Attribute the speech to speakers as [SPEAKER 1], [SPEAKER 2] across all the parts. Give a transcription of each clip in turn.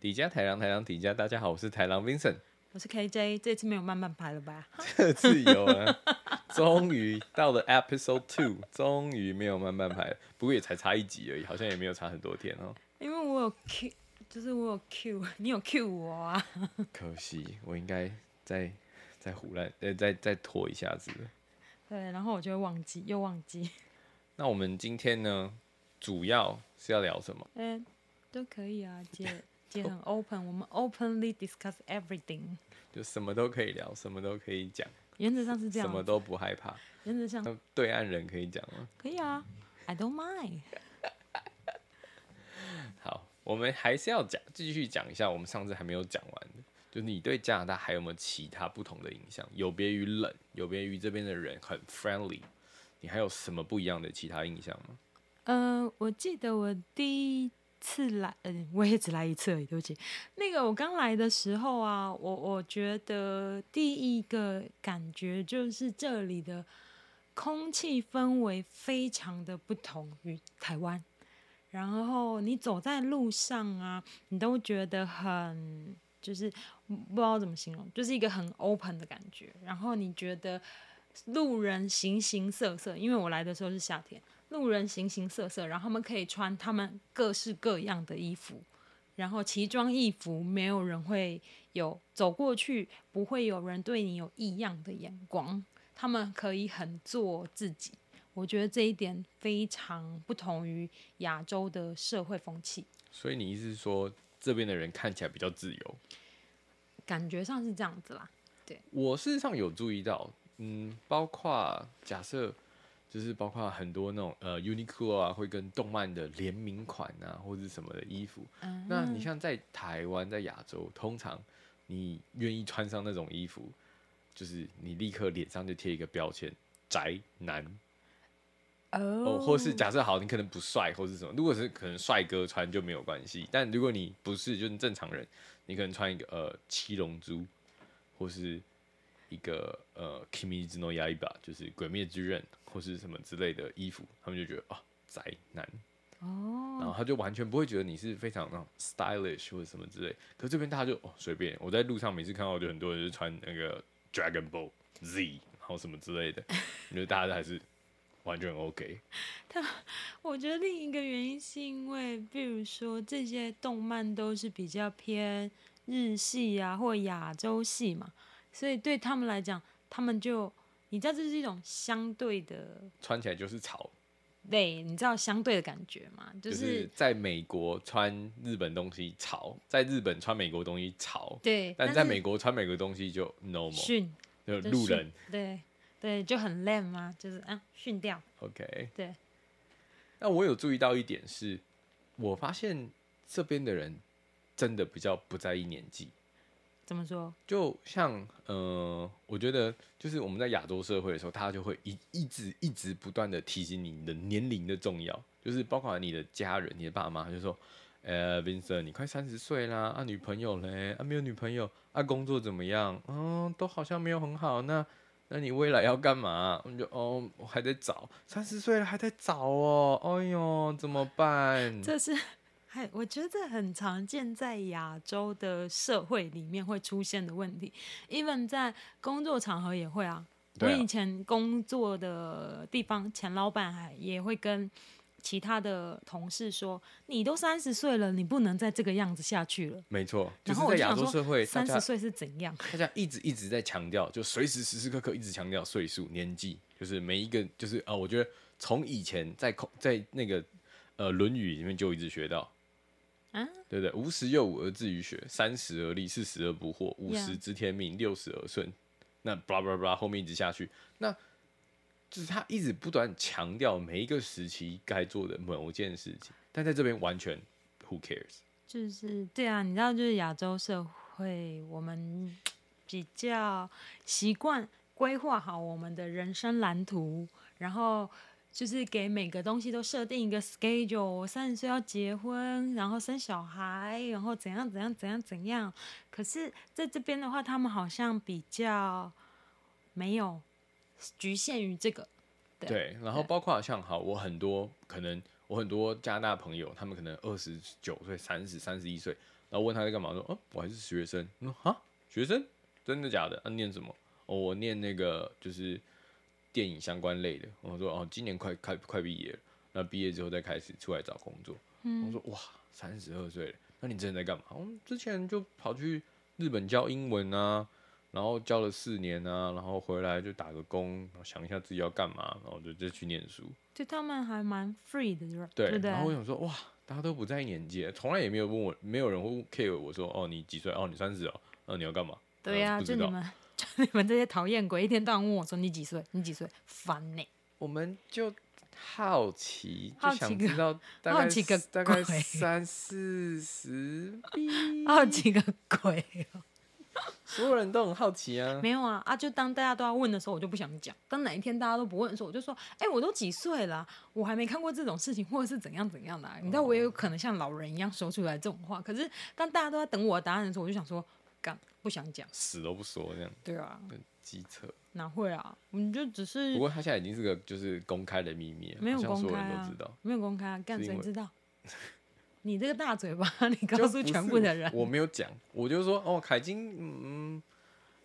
[SPEAKER 1] 底家台郎台郎底家，大家好，我是台郎 Vincent，
[SPEAKER 2] 我是 KJ，这次没有慢慢拍了吧？
[SPEAKER 1] 这次有 啊，终于到了 Episode Two，终于没有慢慢排了，不过也才差一集而已，好像也没有差很多天哦。
[SPEAKER 2] 因为我有 Q，就是我有 Q，你有 Q 我啊？
[SPEAKER 1] 可惜我应该再再胡乱，呃，再再拖一下子了。
[SPEAKER 2] 对，然后我就会忘记，又忘记。
[SPEAKER 1] 那我们今天呢，主要是要聊什么？
[SPEAKER 2] 嗯、都可以啊，姐姐
[SPEAKER 1] 哦
[SPEAKER 2] 很 open，我们 openly discuss everything，
[SPEAKER 1] 就什么都可以聊，什么都可以讲，
[SPEAKER 2] 原则上是这
[SPEAKER 1] 什么
[SPEAKER 2] 样，
[SPEAKER 1] 都不害怕。
[SPEAKER 2] 原则上
[SPEAKER 1] 那对岸人可以讲吗？
[SPEAKER 2] 可以啊，I don't mind。
[SPEAKER 1] 好，我们还是要讲，继续讲一下我们上次还没有讲完的，就你对加拿大还有没有其他不同的影响？有别于冷，有别于这边的人很 friendly，你还有什么不一样的其他印象吗？
[SPEAKER 2] 呃，我记得我第一次来，嗯、我也只来一次而已，对不起。那个我刚来的时候啊，我我觉得第一个感觉就是这里的空气氛围非常的不同于台湾，然后你走在路上啊，你都觉得很就是嗯不知道怎么形容，就是一个很 open 的感觉，然后你觉得。路人形形色色，因为我来的时候是夏天，路人形形色色，然后他们可以穿他们各式各样的衣服，然后奇装异服，没有人会有走过去，不会有人对你有异样的眼光，他们可以很做自己。我觉得这一点非常不同于亚洲的社会风气，
[SPEAKER 1] 所以你意思是说，这边的人看起来比较自由？
[SPEAKER 2] 感觉上是这样子啦。
[SPEAKER 1] 我事实上有注意到，嗯，包括假设就是包括很多那种呃 Uniqlo 啊，会跟动漫的联名款啊，或者什么的衣服。
[SPEAKER 2] 嗯
[SPEAKER 1] 那你像在台湾，在亚洲，通常你愿意穿上那种衣服，就是你立刻脸上就贴一个标签。宅男哦，
[SPEAKER 2] 哦
[SPEAKER 1] 或是假设好，你可能不帅，或是什么。如果是可能帅哥穿就没有关系，但如果你不是就是正常人，你可能穿一个呃七龙珠，或是一个呃 Kimi z no Yaiba，就是鬼灭之刃或是什么之类的衣服，他们就觉得啊、宅男，
[SPEAKER 2] 哦，
[SPEAKER 1] 然后他就完全不会觉得你是非常那种 stylish 或者什么之类。可这边大家就哦随便，我在路上每次看到就很多人就穿那个 Dragon Ball Z，然后什么之类的，我觉得大家还是完全 OK。
[SPEAKER 2] 我觉得另一个原因是因为，比如说这些动漫都是比较偏日系啊或亚洲系嘛，所以对他们来讲，他们就你知道这是一种相对的
[SPEAKER 1] 穿起来就是潮，
[SPEAKER 2] 累，你知道相对的感觉嘛，就、
[SPEAKER 1] 就是是在美国穿日本东西潮，在日本穿美国东西潮，
[SPEAKER 2] 对，
[SPEAKER 1] 但
[SPEAKER 2] 是
[SPEAKER 1] 在美国穿美国东西就 normal，
[SPEAKER 2] 训
[SPEAKER 1] 就
[SPEAKER 2] 就是
[SPEAKER 1] 路人
[SPEAKER 2] 训。对对就很烂嘛，就是啊训掉，
[SPEAKER 1] OK，
[SPEAKER 2] 对，
[SPEAKER 1] 那我有注意到一点是，我发现这边的人真的比较不在意年纪，
[SPEAKER 2] 怎么说？
[SPEAKER 1] 就像呃，我觉得就是我们在亚洲社会的时候，他就会一一直一直不断的提醒你的年龄的重要，就是包括你的家人、你的爸妈，就说，呃，Vincent，你快三十岁啦，啊，女朋友嘞，啊，没有女朋友，啊，工作怎么样？嗯，都好像没有很好，那那你未来要干嘛？我们就哦，我还在找，三十岁了还在找哦，哎呦，怎么办？
[SPEAKER 2] 这是，还我觉得这很常见在亚洲的社会里面会出现的问题，even 在工作场合也会啊。我
[SPEAKER 1] 对啊
[SPEAKER 2] 以前工作的地方，前老板还也会跟其他的同事说：“你都三十岁了，你不能再这个样子下去了。
[SPEAKER 1] 没错，”就
[SPEAKER 2] 然
[SPEAKER 1] 是
[SPEAKER 2] 后我
[SPEAKER 1] 在
[SPEAKER 2] 就
[SPEAKER 1] 亚
[SPEAKER 2] 想
[SPEAKER 1] 洲
[SPEAKER 2] 说，
[SPEAKER 1] 社会，大
[SPEAKER 2] 三
[SPEAKER 1] 家
[SPEAKER 2] 十岁是怎样？
[SPEAKER 1] 大家一直一直在强调，就随时时时刻刻一直强调岁数、年纪，就是每一个就是啊、呃我觉得从以前在孔在那个呃《论语》里面就一直学到，
[SPEAKER 2] 啊，
[SPEAKER 1] 对不对？无十有五而志于学，三十而立，四十而不惑，五
[SPEAKER 2] Yeah
[SPEAKER 1] 十知天命，六十而顺。那 blah blah blah 后面一直下去，那就是他一直不断强调每一个时期该做的某件事情，但在这边完全 who cares？
[SPEAKER 2] 就是对啊，你知道，就是亚洲社会，我们比较习惯规划好我们的人生蓝图，然后就是给每个东西都设定一个 schedule。我三十岁要结婚，然后生小孩，然后怎样怎样怎样怎样。可是在这边的话，他们好像比较没有局限于这个。
[SPEAKER 1] 对，然后包括像好，我很多可能我很多加拿大朋友，他们可能二十九岁、三十、三十一岁，然后问他在干嘛，说，哦、我还是学生。我说，哈，学生，真的假的？啊，念什么？哦，我念那个就是电影相关类的。我说，哦，今年快快快毕业了，那毕业之后再开始出来找工作。我
[SPEAKER 2] 嗯
[SPEAKER 1] 说，哇，三十二岁了，那你之前在干嘛？嗯，之前就跑去日本教英文啊，然后教了四年啊，然后回来就打个工，然后想一下自己要干嘛，然后就就去念书。
[SPEAKER 2] 对他们还蛮 free 的，对吧
[SPEAKER 1] 对，
[SPEAKER 2] 对不对
[SPEAKER 1] 然后我想说，哇，大家都不在意年纪，从来也没有问我，没有人会 care 我说，哦，你几岁？哦，你三十哦，那、你要干嘛？
[SPEAKER 2] 对啊呀、
[SPEAKER 1] 呃不
[SPEAKER 2] 就
[SPEAKER 1] 知
[SPEAKER 2] 你
[SPEAKER 1] 道。
[SPEAKER 2] 们， 就你们这些讨厌鬼，一天到晚问我说你几岁，你几岁，烦 呢、
[SPEAKER 1] 我们就好奇，
[SPEAKER 2] 好
[SPEAKER 1] 就
[SPEAKER 2] 奇
[SPEAKER 1] 想
[SPEAKER 2] 个
[SPEAKER 1] 知道大
[SPEAKER 2] 好
[SPEAKER 1] 概
[SPEAKER 2] 奇个
[SPEAKER 1] 大概
[SPEAKER 2] 鬼
[SPEAKER 1] 三四十
[SPEAKER 2] 欸，好几个鬼哦、
[SPEAKER 1] 所有人都很好奇啊。
[SPEAKER 2] 没有啊啊！就当大家都要问的时候，我就不想讲；当哪一天大家都不问的时候，我就说：哎、我都几岁了啊、我还没看过这种事情，或者是怎样怎 样的啊、你知道，我也有可能像老人一样说出来这种话。可是当大家都在等我的答案的时候，我就想说，哎干不想讲。
[SPEAKER 1] 死都不说，这样
[SPEAKER 2] 对啊，
[SPEAKER 1] 很机车。
[SPEAKER 2] 哪会啊？我们就只是
[SPEAKER 1] 不过他现在已经是个就是公开的秘密了，
[SPEAKER 2] 没有
[SPEAKER 1] 好像
[SPEAKER 2] 公
[SPEAKER 1] 所有
[SPEAKER 2] 开
[SPEAKER 1] 人
[SPEAKER 2] 啊，
[SPEAKER 1] 都知道。
[SPEAKER 2] 没有公开、啊，干
[SPEAKER 1] 是因
[SPEAKER 2] 谁
[SPEAKER 1] 为
[SPEAKER 2] 知道？ 你这个大嘴巴， 你告
[SPEAKER 1] 就
[SPEAKER 2] 诉
[SPEAKER 1] 不
[SPEAKER 2] 全
[SPEAKER 1] 是
[SPEAKER 2] 部的人，
[SPEAKER 1] 我没有讲，我就说哦，凯金，嗯，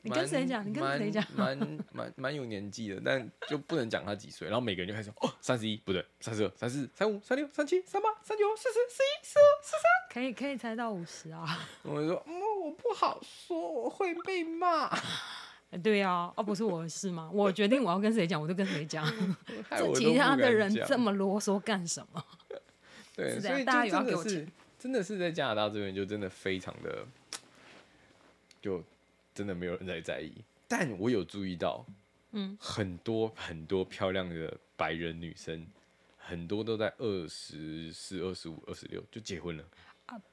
[SPEAKER 2] 你跟谁
[SPEAKER 1] 蛮
[SPEAKER 2] 讲你跟谁讲
[SPEAKER 1] 蛮蛮蛮蛮有年纪的，但就不能讲他几岁。然后每个人就开始哦，三十一不对，三十二、三四、三五、三六、三七、三八、三九、四十、四一、四二、四三。
[SPEAKER 2] 可以可以猜到五十啊？
[SPEAKER 1] 我就说，嗯，我不好说，我会被骂，
[SPEAKER 2] 对啊，哦，不是我的事 吗？我决定我要跟谁讲，我就跟谁 讲。
[SPEAKER 1] 害我都
[SPEAKER 2] 其
[SPEAKER 1] 不
[SPEAKER 2] 他的
[SPEAKER 1] 敢
[SPEAKER 2] 人
[SPEAKER 1] 讲
[SPEAKER 2] 这么啰嗦干什么？
[SPEAKER 1] 对，
[SPEAKER 2] 是
[SPEAKER 1] 所
[SPEAKER 2] 的
[SPEAKER 1] 以
[SPEAKER 2] 大家
[SPEAKER 1] 就
[SPEAKER 2] 有要
[SPEAKER 1] 真
[SPEAKER 2] 给我
[SPEAKER 1] 的是
[SPEAKER 2] 钱
[SPEAKER 1] 真的是在加拿大这边就真的非常的，就真的没有人在在意。但我有注意到，
[SPEAKER 2] 嗯，
[SPEAKER 1] 很多很多漂亮的白人女生，很多都在二十四、二十五、二十六就结婚了。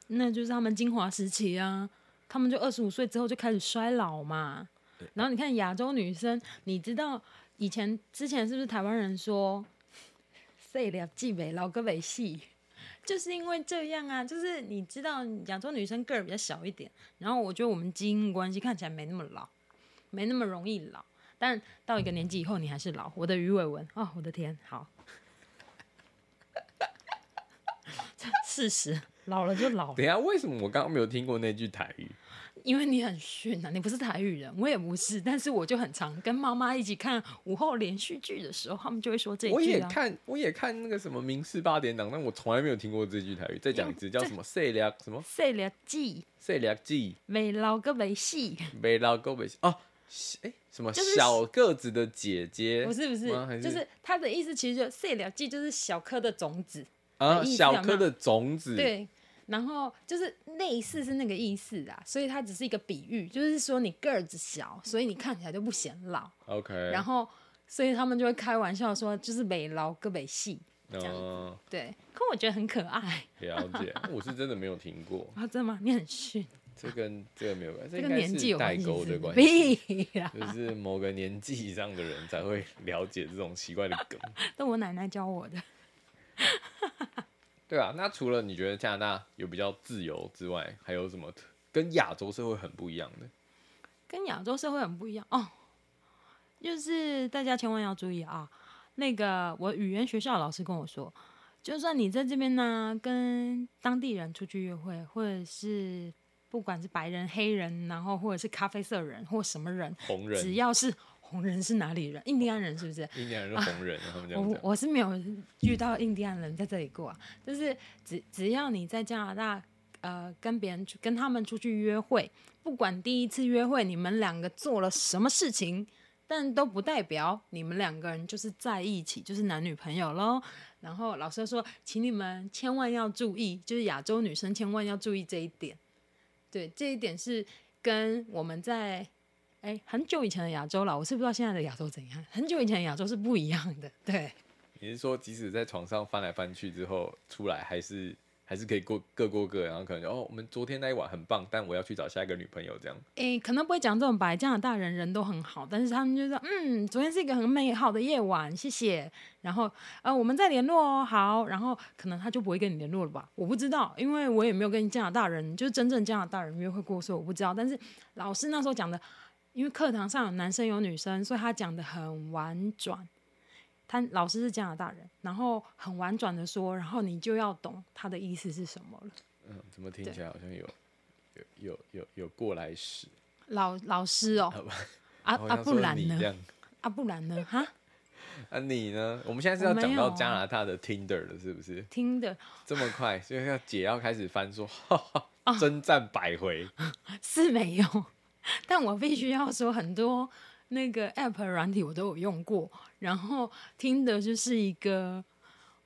[SPEAKER 2] 那就是他们精华时期啊，他们就二十五岁之后就开始衰老嘛。然后你看亚洲女生，你知道以前之前是不是台湾人说“岁了既美老哥美细”，就是因为这样啊，就是你知道亚洲女生个儿比较小一点，然后我觉得我们基因关系看起来没那么老，没那么容易老。但到一个年纪以后，你还是老。我的鱼尾纹哦，我的天，好，事实老了就老了。
[SPEAKER 1] 等一下，为什么我刚刚没有听过那句台语？
[SPEAKER 2] 因为你很逊啊，你不是台语人，我也不是，但是我就很常跟妈妈一起看午后连续剧的时候，他们就会说这一
[SPEAKER 1] 我
[SPEAKER 2] 句
[SPEAKER 1] 也
[SPEAKER 2] 啊。
[SPEAKER 1] 看，我也看那个什么《明视八点档》，但我从来没有听过这句台语。再讲一
[SPEAKER 2] 嗯
[SPEAKER 1] 次，叫什么“岁两什么
[SPEAKER 2] 岁了记，
[SPEAKER 1] 岁两季
[SPEAKER 2] 未老个未细，
[SPEAKER 1] 没老够没哦”，哎、什么
[SPEAKER 2] 就是
[SPEAKER 1] 小个子的姐姐？
[SPEAKER 2] 不是不是
[SPEAKER 1] 吗还，
[SPEAKER 2] 就是他的意思，其实就岁了记就是小颗的种子，
[SPEAKER 1] 啊，
[SPEAKER 2] 的意思
[SPEAKER 1] 小
[SPEAKER 2] 有没
[SPEAKER 1] 颗
[SPEAKER 2] 有
[SPEAKER 1] 的种子，，
[SPEAKER 2] 对。然后就是类似是那个意思啊，所以它只是一个比喻，就是说你个子小，所以你看起来就不显老。
[SPEAKER 1] ，OK，
[SPEAKER 2] 然后，所以他们就会开玩笑说，就是美老个美细，
[SPEAKER 1] 嗯、
[SPEAKER 2] 样子对。可我觉得很可爱。
[SPEAKER 1] 了解，我是真的没有听过，
[SPEAKER 2] 啊，真的吗？你很逊，
[SPEAKER 1] 这跟这个没有关系，
[SPEAKER 2] 这
[SPEAKER 1] 这
[SPEAKER 2] 跟
[SPEAKER 1] 应该
[SPEAKER 2] 年纪
[SPEAKER 1] 是
[SPEAKER 2] 有
[SPEAKER 1] 代
[SPEAKER 2] 关系
[SPEAKER 1] 沟
[SPEAKER 2] 是
[SPEAKER 1] 的
[SPEAKER 2] 不
[SPEAKER 1] 关
[SPEAKER 2] 是。
[SPEAKER 1] 系，
[SPEAKER 2] 屁啦！
[SPEAKER 1] 就是某个年纪以上的人才会了解这种奇怪的梗，
[SPEAKER 2] 都我奶奶教我的。
[SPEAKER 1] 对啊，那除了你觉得加拿大有比较自由之外，还有什么特跟亚洲社会很不一样的？
[SPEAKER 2] 跟亚洲社会很不一样哦。就是大家千万要注意啊！那个我语言学校老师跟我说，就算你在这边呢，跟当地人出去约会，或者是不管是白人、黑人，然后或者是咖啡色人或什么人，
[SPEAKER 1] 红
[SPEAKER 2] 只
[SPEAKER 1] 人，
[SPEAKER 2] 要是红人是哪里人，印第安人是不是？
[SPEAKER 1] 印第安人是红人，啊他们这样
[SPEAKER 2] 我
[SPEAKER 1] 讲，
[SPEAKER 2] 我是没有遇到印第安人在这里过、啊，就是只只要你在加拿大，呃，跟别人去跟他们出去约会，不管第一次约会你们两个做了什么事情，但都不代表你们两个人就是在一起，就是男女朋友喽。然后老师就说，请你们千万要注意，就是亚洲女生千万要注意这一点。对，这一点是跟我们在哎很久以前的亚洲了，我是不知道现在的亚洲怎样，很久以前的亚洲是不一样的。对，
[SPEAKER 1] 你是说即使在床上翻来翻去之后出来，还是还是可以过各过各，然后可能就哦，我们昨天那一晚很棒，但我要去找下一个女朋友这样。
[SPEAKER 2] 诶，可能不会讲这种白，加拿大人人都很好，但是他们就说，嗯，昨天是一个很美好的夜晚，谢谢。然后，呃，我们再联络哦，好。然后可能他就不会跟你联络了吧？我不知道，因为我也没有跟加拿大人，就是真正加拿大人约会过，所以我不知道。但是老师那时候讲的，因为课堂上有男生有女生，所以他讲的很婉转。他老师是加拿大人，然后很婉转的说，然后你就要懂他的意思是什么了。
[SPEAKER 1] 嗯，怎么听起来好像有有有有有过来史
[SPEAKER 2] 老老师哦，啊
[SPEAKER 1] 我
[SPEAKER 2] 啊，
[SPEAKER 1] 想
[SPEAKER 2] 不
[SPEAKER 1] 说
[SPEAKER 2] 然
[SPEAKER 1] 你这
[SPEAKER 2] 呢？
[SPEAKER 1] 样
[SPEAKER 2] 啊，不然呢？ 哈，
[SPEAKER 1] 啊你呢？我们现在是要
[SPEAKER 2] 我没
[SPEAKER 1] 讲到
[SPEAKER 2] 有
[SPEAKER 1] 加
[SPEAKER 2] 啊
[SPEAKER 1] 拿大的 Tinder 了，是不是？
[SPEAKER 2] 听的
[SPEAKER 1] 这么快，所以要姐要开始翻说，哈哈
[SPEAKER 2] 哦
[SPEAKER 1] 征战百回，
[SPEAKER 2] 是没有，但我必须要说，很多那个 app 软体我都有用过，然后听的就是一个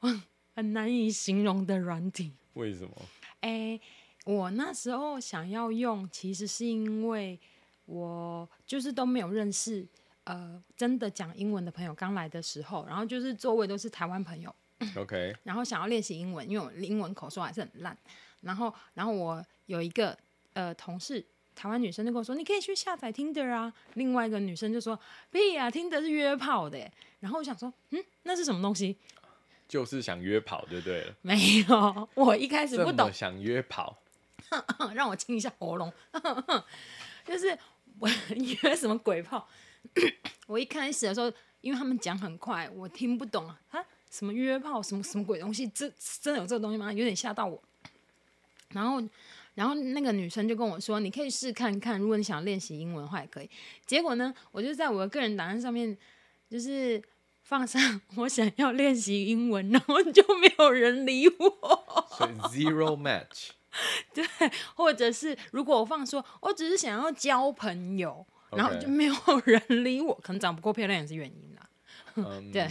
[SPEAKER 2] 哇很难以形容的软体。
[SPEAKER 1] 为什么？
[SPEAKER 2] 哎、我那时候想要用，其实是因为我就是都没有认识呃真的讲英文的朋友，刚来的时候，然后就是周围都是台湾朋友，
[SPEAKER 1] OK，
[SPEAKER 2] 然后想要练习英文，因为我英文口说还是很烂。然后，然后我有一个呃同事，台湾女生就跟我说，你可以去下载 Tinder 啊。另外一个女生就说，屁啊，Tinder 是约炮的耶。欸然后我想说，嗯，那是什么东西？
[SPEAKER 1] 就是想约跑就对了，
[SPEAKER 2] 没有，我 一开始
[SPEAKER 1] 这
[SPEAKER 2] 不懂
[SPEAKER 1] 么，想约跑，
[SPEAKER 2] 让我清一下喉咙， 就是我 约什么鬼炮。我一开始的时候，因为他们讲很快，我听不懂啊，啊什么约炮，什么什么鬼东西，这真的有这个东西吗？有点吓到我。然后，然后那个女生就跟我说：“你可以试看看，如果你想练习英文的话也可以。”结果呢，我就在我的个人档案上面，就是放上 我想要练习英文，然后就没有人理我。
[SPEAKER 1] 所以 zero match。
[SPEAKER 2] 或者是如果我放说，我只是想要交朋友
[SPEAKER 1] OK
[SPEAKER 2] 然后就没有人理我，可能长不够漂亮也是原因啦。
[SPEAKER 1] 嗯，
[SPEAKER 2] 对，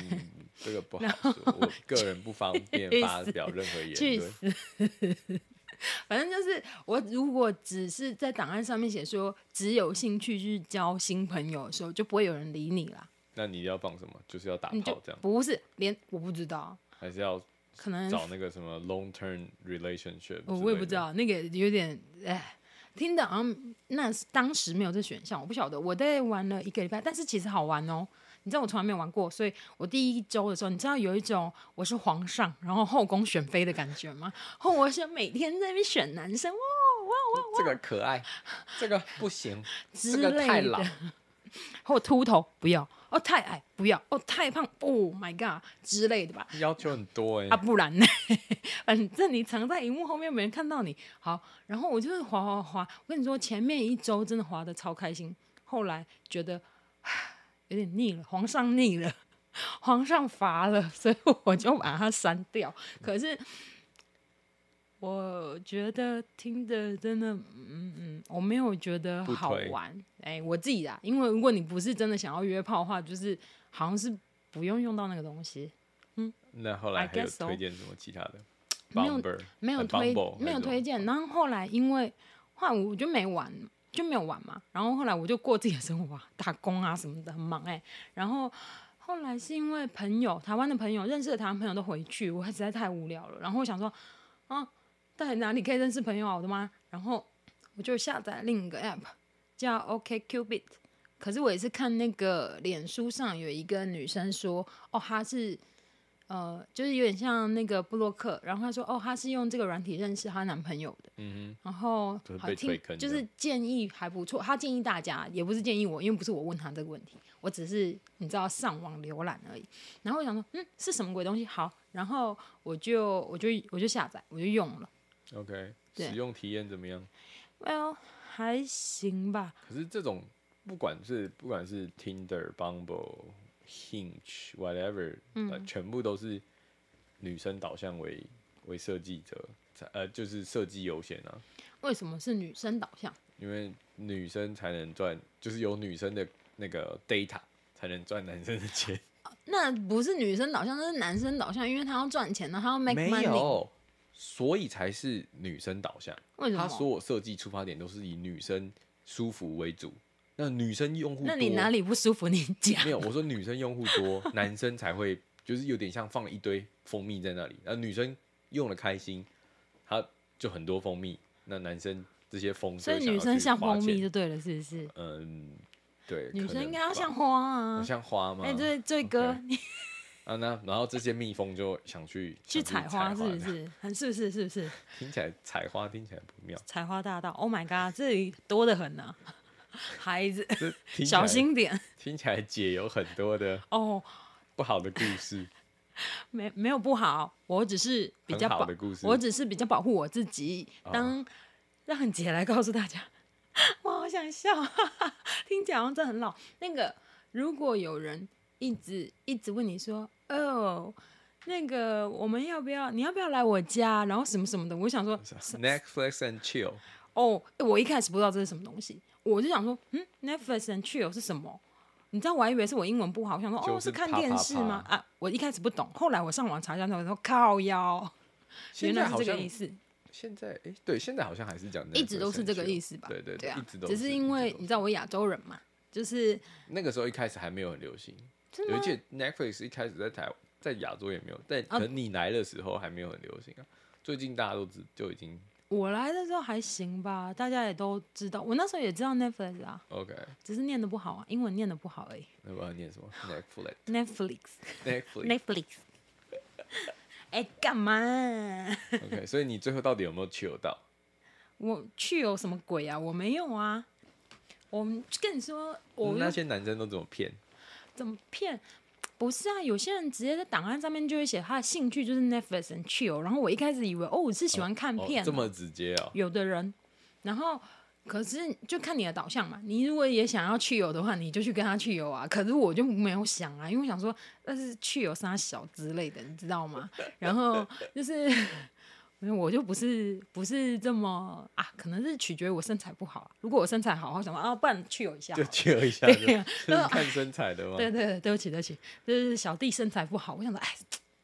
[SPEAKER 1] 这个不好说，我个人不方便
[SPEAKER 2] 去
[SPEAKER 1] 发
[SPEAKER 2] 死
[SPEAKER 1] 表任何言
[SPEAKER 2] 去
[SPEAKER 1] 论。
[SPEAKER 2] 死！反正就是我如果只是在档案上面写说只有兴趣去交新朋友的时候，就不会有人理你啦。
[SPEAKER 1] 那你要放什么？就是要打
[SPEAKER 2] 你就
[SPEAKER 1] 炮这样，
[SPEAKER 2] 不是连我不知道，
[SPEAKER 1] 还是要
[SPEAKER 2] 可能
[SPEAKER 1] 找那个什么 long term relationship？
[SPEAKER 2] 嗯我我
[SPEAKER 1] 之
[SPEAKER 2] 也
[SPEAKER 1] 类
[SPEAKER 2] 不知
[SPEAKER 1] 的。
[SPEAKER 2] 道，那个有点哎，听的好像那是当时没有这选项，我不晓得。我在玩了一个礼拜，但是其实好玩哦。你知道我从来没有玩过，所以我第一周的时候，你知道有一种我是皇上，然后后宫选妃的感觉吗？后我想每天在那边选男生，哇哇哇
[SPEAKER 1] 这个可爱，这个不 行，
[SPEAKER 2] 之
[SPEAKER 1] 这个太
[SPEAKER 2] 类的
[SPEAKER 1] 老，
[SPEAKER 2] 后秃头不要，哦太矮不要，哦太胖，Oh my god 之类的吧。
[SPEAKER 1] 要求很多哎、
[SPEAKER 2] 啊，不然呢？ 反正你藏在荧幕后面，没人看到你。好，然后我就是滑滑滑。我跟你说，前面一周真的滑的超开心，后来觉得唉有点腻了，皇上腻了， 皇上乏了，所以我就把它删 掉。可是我觉得听的真的，嗯嗯，我没有觉得
[SPEAKER 1] 不
[SPEAKER 2] 好
[SPEAKER 1] 推
[SPEAKER 2] 玩。哎、我自己啊，因为如果你不是真的想要约炮的话，就是好像是不用用到那个东西。
[SPEAKER 1] 那后来
[SPEAKER 2] I
[SPEAKER 1] 还有
[SPEAKER 2] guess so
[SPEAKER 1] 推荐什么其他的
[SPEAKER 2] 没有
[SPEAKER 1] ？Bumble
[SPEAKER 2] 没有
[SPEAKER 1] 呃
[SPEAKER 2] 推
[SPEAKER 1] Bumble 还
[SPEAKER 2] 没有
[SPEAKER 1] 是
[SPEAKER 2] 推荐，然后后来因为后来我就没玩，就没有玩嘛。然后后来我就过自己的生活啊，打工啊什么的，很忙哎、然后后来是因为朋友，台湾的朋友认识的台湾朋友都回去，我实在太无聊了。然后我想说，啊，到底哪里可以认识朋友啊？我的妈！然后我就下载另一个 app 叫 OK Cupid。可是我也是看那个脸书上有一个女生说，哦，她是呃，就是有点像那个布洛克，然后她说，哦，她是用这个软体认识她男朋友的，
[SPEAKER 1] 嗯
[SPEAKER 2] 然后
[SPEAKER 1] 就是
[SPEAKER 2] 好
[SPEAKER 1] 被推
[SPEAKER 2] 听
[SPEAKER 1] 坑，
[SPEAKER 2] 就
[SPEAKER 1] 的
[SPEAKER 2] 是建议还不错，她建议大家，也不是建议我，因为不是我问她这个问题，我只是你知道上网浏览而已，然后我想说，嗯，是什么鬼东西？好，然后我就我就我就下载，我就用了
[SPEAKER 1] 哼，OK，
[SPEAKER 2] 对
[SPEAKER 1] 使用体验怎么样？
[SPEAKER 2] ，Well 还行吧，
[SPEAKER 1] 可是这种不管是不管是 Tinder、Bumble、Hinge、whatever，、呃、
[SPEAKER 2] 嗯
[SPEAKER 1] 全部都是女生导向为为设计者，呃，就是设计优先啊，
[SPEAKER 2] 为什么是女生导向？
[SPEAKER 1] 因为女生才能赚，就是有女生的那个 data 才能赚男生的钱。
[SPEAKER 2] 那不是女生导向，那是男生导向，因为他要赚钱呢，啊他要 make
[SPEAKER 1] 没
[SPEAKER 2] money。
[SPEAKER 1] 有，所以才是女生导向。
[SPEAKER 2] 为什
[SPEAKER 1] 它所
[SPEAKER 2] 么？
[SPEAKER 1] 有设计出发点都是以女生舒服为主。那女生用户多，
[SPEAKER 2] 那你哪里不舒服？你 讲
[SPEAKER 1] 没。有，我说女生用户多，男生才会就是有点像放了一堆蜂蜜在那里，那女生用了开心，她就很多蜂蜜，那男生这些蜂就
[SPEAKER 2] 所
[SPEAKER 1] 会
[SPEAKER 2] 以
[SPEAKER 1] 想
[SPEAKER 2] 女
[SPEAKER 1] 要
[SPEAKER 2] 生
[SPEAKER 1] 去
[SPEAKER 2] 像
[SPEAKER 1] 花
[SPEAKER 2] 蜂蜜
[SPEAKER 1] 钱，
[SPEAKER 2] 就对了，是不是？
[SPEAKER 1] 嗯，对，
[SPEAKER 2] 女
[SPEAKER 1] 可
[SPEAKER 2] 生
[SPEAKER 1] 能
[SPEAKER 2] 应该要
[SPEAKER 1] 吧
[SPEAKER 2] 像花
[SPEAKER 1] 哦
[SPEAKER 2] 啊。
[SPEAKER 1] 像花吗？
[SPEAKER 2] 哎，对，对哥，
[SPEAKER 1] OK
[SPEAKER 2] 你
[SPEAKER 1] 啊，那然后这些蜜蜂就想去
[SPEAKER 2] 去
[SPEAKER 1] 想去
[SPEAKER 2] 采花是不
[SPEAKER 1] 的？
[SPEAKER 2] 是？很是不是？是不是？
[SPEAKER 1] 听起来采花听起来不妙，
[SPEAKER 2] 采花大道，Oh my god，这里多得很呐， 孩子，
[SPEAKER 1] 这听起
[SPEAKER 2] 小
[SPEAKER 1] 来
[SPEAKER 2] 心点
[SPEAKER 1] 听起来姐有很多的
[SPEAKER 2] 哦。
[SPEAKER 1] 不好的故事。
[SPEAKER 2] 没没有不好，我只是比较
[SPEAKER 1] 很好
[SPEAKER 2] 保
[SPEAKER 1] 的故，事哦
[SPEAKER 2] 我只是比较保护我自己。当让姐来告诉大家。 我好想笑， 哈哈听起来好像真的很老。那个，如果有人一直一直问你说，哦，那个我们要不要，你要不要来我家，然后什么 什么的，我想说，
[SPEAKER 1] Netflix and chill，
[SPEAKER 2] 哦，欸我一开始不知道这是什么东西，我就想说，嗯，Netflix and chill 是什么？你知道我还以为是我英文不好，我想说，
[SPEAKER 1] 就
[SPEAKER 2] 哦，
[SPEAKER 1] 是
[SPEAKER 2] 是看
[SPEAKER 1] 啪啪
[SPEAKER 2] 电视吗？
[SPEAKER 1] 啪
[SPEAKER 2] 啊，我一开始不懂，后来我上网查一下，我说靠腰，
[SPEAKER 1] 现
[SPEAKER 2] 原
[SPEAKER 1] 在
[SPEAKER 2] 来
[SPEAKER 1] 好
[SPEAKER 2] 是这
[SPEAKER 1] 像
[SPEAKER 2] 个意思，
[SPEAKER 1] 现在哎、对，现在好像还是讲 Netflix and chill，
[SPEAKER 2] 一直都是这个意思吧？
[SPEAKER 1] 对对
[SPEAKER 2] 对啊
[SPEAKER 1] 一直，都
[SPEAKER 2] 只
[SPEAKER 1] 是
[SPEAKER 2] 是因为你知道我亚洲人嘛，就是
[SPEAKER 1] 那个时候一开始还没有很流行，
[SPEAKER 2] 真的
[SPEAKER 1] 而
[SPEAKER 2] 吗
[SPEAKER 1] 且 Netflix 一开始在台在亚洲也没有，但
[SPEAKER 2] 啊
[SPEAKER 1] 可能你来的时候还没有很流行啊。最近大家都知就已经
[SPEAKER 2] 我来的时候还行吧，大家也都知道，我那时候也知道 Netflix 啊，
[SPEAKER 1] OK，
[SPEAKER 2] 只是念的不好啊，英文念的不好而已。
[SPEAKER 1] 那我要念 什么 Netflix
[SPEAKER 2] Netflix
[SPEAKER 1] Netflix
[SPEAKER 2] Netflix，哎，干嘛？
[SPEAKER 1] OK，所以你最后到底有没有 chill 到？
[SPEAKER 2] 我去有什么鬼啊？我没有啊。我们跟你说，我
[SPEAKER 1] 那
[SPEAKER 2] 们
[SPEAKER 1] 些男生都怎么骗？
[SPEAKER 2] 怎么骗？不是啊，有些人直接在档案上面就会写他的兴趣就是 Netflix and chill，然后我一开始以为哦我是喜欢看片
[SPEAKER 1] 哦，这么直接哦。
[SPEAKER 2] 有的人，然后可是就看你的导向嘛。你如果也想要去游的话，你就去跟他去游啊。可是我就没有想啊，因为我想说那是去游杀小之类的，你知道吗？ 然后就是 没有我就不是不是这么啊，可能是取决于我身材不好啊、如果我身材好，我想说啊，不然去游一下好
[SPEAKER 1] 就
[SPEAKER 2] 了。
[SPEAKER 1] chill 一 下，
[SPEAKER 2] 对呀
[SPEAKER 1] 就就是看身材的吗？
[SPEAKER 2] 对啊对对，对不起对不起，就是小弟身材不好，我想说哎，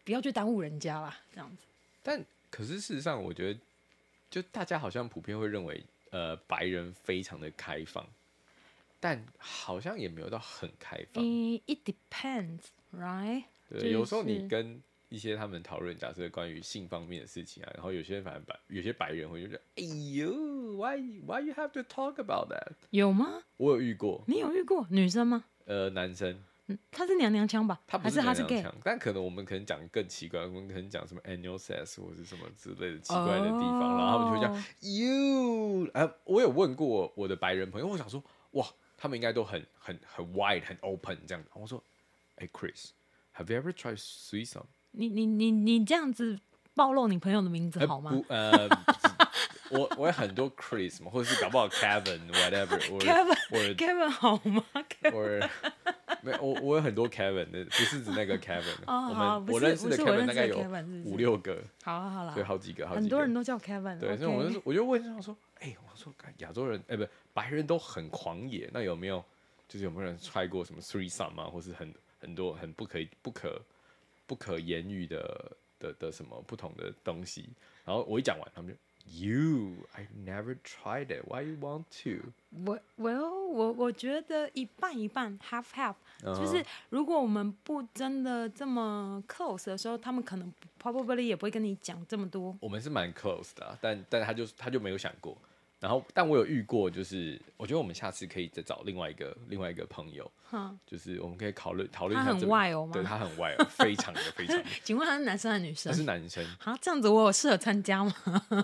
[SPEAKER 2] 不要去耽误人家啦，这样子。
[SPEAKER 1] 但可是事实上，我觉得就大家好像普遍会认为，呃，白人非常的开放，但好像也没有到很开放。
[SPEAKER 2] 嗯，it depends, right？
[SPEAKER 1] 对，有时候
[SPEAKER 2] 就是
[SPEAKER 1] 你跟一些他们讨论，假设关于性方面的事情啊，然后有些人反正白，有些白人会就觉得，哎呦，why why you have to talk about that？
[SPEAKER 2] 有吗？
[SPEAKER 1] 我有遇过，
[SPEAKER 2] 你有遇过女生吗？
[SPEAKER 1] 呃，男生
[SPEAKER 2] 嗯他是娘娘腔吧？
[SPEAKER 1] 他不
[SPEAKER 2] 还是他
[SPEAKER 1] 娘
[SPEAKER 2] 是
[SPEAKER 1] 娘
[SPEAKER 2] gay？
[SPEAKER 1] 腔，但可能我们可能讲更奇怪，我们可能讲什么 annual sex 或是什么之类的奇怪的地方，然后他们就会讲
[SPEAKER 2] 哦
[SPEAKER 1] you 啊，我有问过我的白人朋友，我想说哇，他们应该都很很很 wide 很 open 这样子，然后我说，哎、c h r i s have you ever tried threesome？
[SPEAKER 2] 你你你你这样子暴露你朋友的名字
[SPEAKER 1] 呃
[SPEAKER 2] 好吗？
[SPEAKER 1] 不， 呃，不我我有很多 Chris 嘛，或者是搞不好 Kevin whatever，我
[SPEAKER 2] Kevin
[SPEAKER 1] 我
[SPEAKER 2] Kevin 好吗？Kevin
[SPEAKER 1] 我 没有我我有很多 Kevin 的，不是指那个 Kevin，
[SPEAKER 2] 哦
[SPEAKER 1] 我
[SPEAKER 2] 好
[SPEAKER 1] 们
[SPEAKER 2] 不
[SPEAKER 1] 我
[SPEAKER 2] 是
[SPEAKER 1] 认识
[SPEAKER 2] 不
[SPEAKER 1] 的
[SPEAKER 2] 是我认
[SPEAKER 1] Kevin
[SPEAKER 2] 识
[SPEAKER 1] 大
[SPEAKER 2] 的
[SPEAKER 1] 概有
[SPEAKER 2] Kevin，是不是
[SPEAKER 1] 五六个，
[SPEAKER 2] 好了好了，
[SPEAKER 1] 对，好几个，好几个，
[SPEAKER 2] 很多人都叫 Kevin，
[SPEAKER 1] 对，所以
[SPEAKER 2] OK
[SPEAKER 1] 我就我就问他说，哎、我说干亚洲人，哎、不，白人都很狂野，那有没有就是有没有人 try 过什么 three some 啊，或是很很多很不可以不可不可言喻的的的什么不同的东西？然后我一讲完，他们就 You, I never tried it. Why you want to？
[SPEAKER 2] 我我我我觉得一半一半，half half，、
[SPEAKER 1] 嗯哼
[SPEAKER 2] 就是如果我们不真的这么 close 的时候，他们可能 probably 也不会跟你讲这么多。
[SPEAKER 1] 我们是蛮 close 的啊、但但他就他就没有想过。然后，但我有遇过，就是我觉得我们下次可以再找另外一个另外一个朋友，
[SPEAKER 2] 哼，
[SPEAKER 1] 就是我们可以考虑讨论一
[SPEAKER 2] 他
[SPEAKER 1] 下
[SPEAKER 2] 很
[SPEAKER 1] 这个
[SPEAKER 2] wild 吗
[SPEAKER 1] 对他很 wild，非常的非 常的。
[SPEAKER 2] 请问他是男生还是女
[SPEAKER 1] 他是
[SPEAKER 2] 生？
[SPEAKER 1] 男生，
[SPEAKER 2] 好，这样子我有适合参加吗？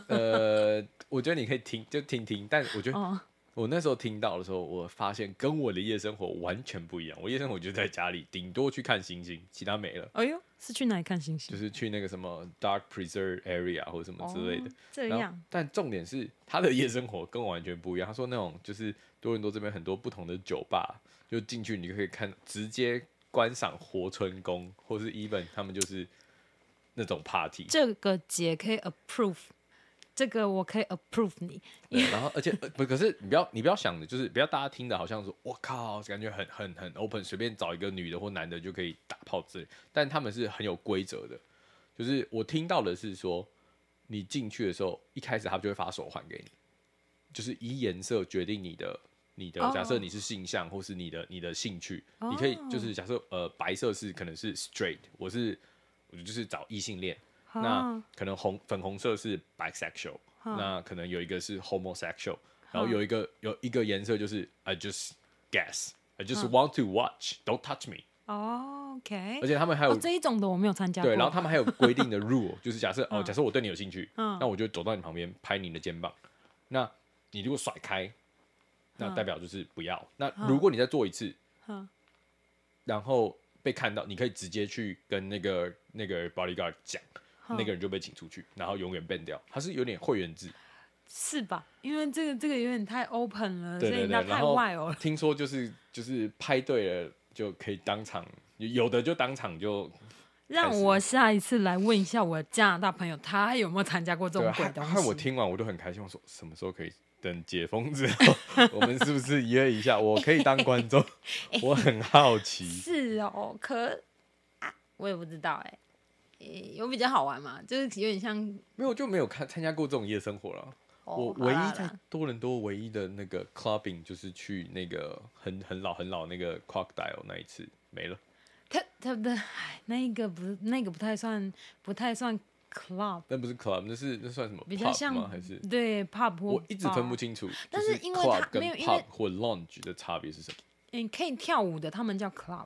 [SPEAKER 1] 呃，我觉得你可以听，就听听。但我觉得
[SPEAKER 2] 哦，
[SPEAKER 1] 我那时候听到的时候，我发现跟我的夜生活完全不一样。我夜生活就在家里，顶多去看星星，其他没了，
[SPEAKER 2] 哎呦，是去哪里看星星？
[SPEAKER 1] 就是去那个什么 dark preserve area 或什么之类的
[SPEAKER 2] 哦。这
[SPEAKER 1] 然后
[SPEAKER 2] 样，
[SPEAKER 1] 但重点是他的夜生活跟我完全不一样。他说那种就是多伦多这边很多不同的酒吧，就进去你就可以看直接观赏活春宫，或是 even 他们就是那种 party。
[SPEAKER 2] 这个姐可以 approve，这个我可以 approve 你。
[SPEAKER 1] 对，然后而且呃不，可是你不要你不要想的，就是不要大家听的好像说，我靠，感觉很很很 open，随便找一个女的或男的就可以打炮之类，但他们是很有规则的。就是我听到的是说，你进去的时候，一开始他们就会发手环给你，就是以颜色决定你的你的
[SPEAKER 2] 哦
[SPEAKER 1] 假设你是性向或是你的你的兴趣，你可以就是假设呃白色是可能是 straight，我是我就是找异性恋，那
[SPEAKER 2] 啊，
[SPEAKER 1] 可能红粉红色是 bisexual，、
[SPEAKER 2] 哈
[SPEAKER 1] 那可能有一个是 homosexual，、然后
[SPEAKER 2] 啊
[SPEAKER 1] 有一个有一个颜色就是 I just guess。I just
[SPEAKER 2] 啊
[SPEAKER 1] want to watch, don't touch me。
[SPEAKER 2] 哦，OK，
[SPEAKER 1] 而且他们还有、
[SPEAKER 2] 哦这一种的我没有参加过。
[SPEAKER 1] 对，然后他们还有规定的 rule，就是 假设哦，假设我对你有兴趣，
[SPEAKER 2] 嗯
[SPEAKER 1] 那我就走到你旁边拍你的肩膀，那你如果甩开，那代表就是不要。那如果你再做一次，
[SPEAKER 2] 嗯
[SPEAKER 1] 然后被看到，你可以直接去跟那个
[SPEAKER 2] 嗯
[SPEAKER 1] 那个 bodyguard 讲，那个人就被请出去，然后永远 ban 掉。它是有点会员制，
[SPEAKER 2] 是吧？因为这个这个有点太 open 了，
[SPEAKER 1] 对对
[SPEAKER 2] 所以
[SPEAKER 1] 对，
[SPEAKER 2] 那
[SPEAKER 1] 然
[SPEAKER 2] 太
[SPEAKER 1] 后
[SPEAKER 2] 外哦了。
[SPEAKER 1] 听说就是就是拍对了就可以当场，有有的就当场就
[SPEAKER 2] 让我下一次来问一下我加拿大朋友，他有没有参加过这
[SPEAKER 1] 对
[SPEAKER 2] 种
[SPEAKER 1] 啊，
[SPEAKER 2] 鬼
[SPEAKER 1] 害
[SPEAKER 2] 东
[SPEAKER 1] 害
[SPEAKER 2] 西？
[SPEAKER 1] 我听完我都很开心，我说什么时候可以等解封之后， 我们是不是约一下？我可以当观 众，我很好奇。
[SPEAKER 2] 是哦，可、啊我也不知道哎、诶有比较好玩嘛？就是有点像
[SPEAKER 1] 没有就没有看参加过这种夜生活了。
[SPEAKER 2] 哦
[SPEAKER 1] 我
[SPEAKER 2] 好
[SPEAKER 1] 唯
[SPEAKER 2] 啦
[SPEAKER 1] 一
[SPEAKER 2] 好
[SPEAKER 1] 在
[SPEAKER 2] 啦
[SPEAKER 1] 多伦多唯一的那个 clubbing 就是去那个很很老很老那个 crocodile 那一次没了。
[SPEAKER 2] 他他的哎，那一个不是那个不太算，不太算 club，
[SPEAKER 1] 那不是 club，那是那算什么？
[SPEAKER 2] 比较
[SPEAKER 1] pub 吗？
[SPEAKER 2] 像
[SPEAKER 1] 还是
[SPEAKER 2] 对 pub 或
[SPEAKER 1] 我一直分不
[SPEAKER 2] bar
[SPEAKER 1] 清楚。
[SPEAKER 2] 但
[SPEAKER 1] 就是
[SPEAKER 2] 因为
[SPEAKER 1] club
[SPEAKER 2] 它
[SPEAKER 1] 跟
[SPEAKER 2] 没有因为
[SPEAKER 1] pub 或 lounge 的差别是什么？
[SPEAKER 2] 你嗯可以跳舞的，他们叫 club。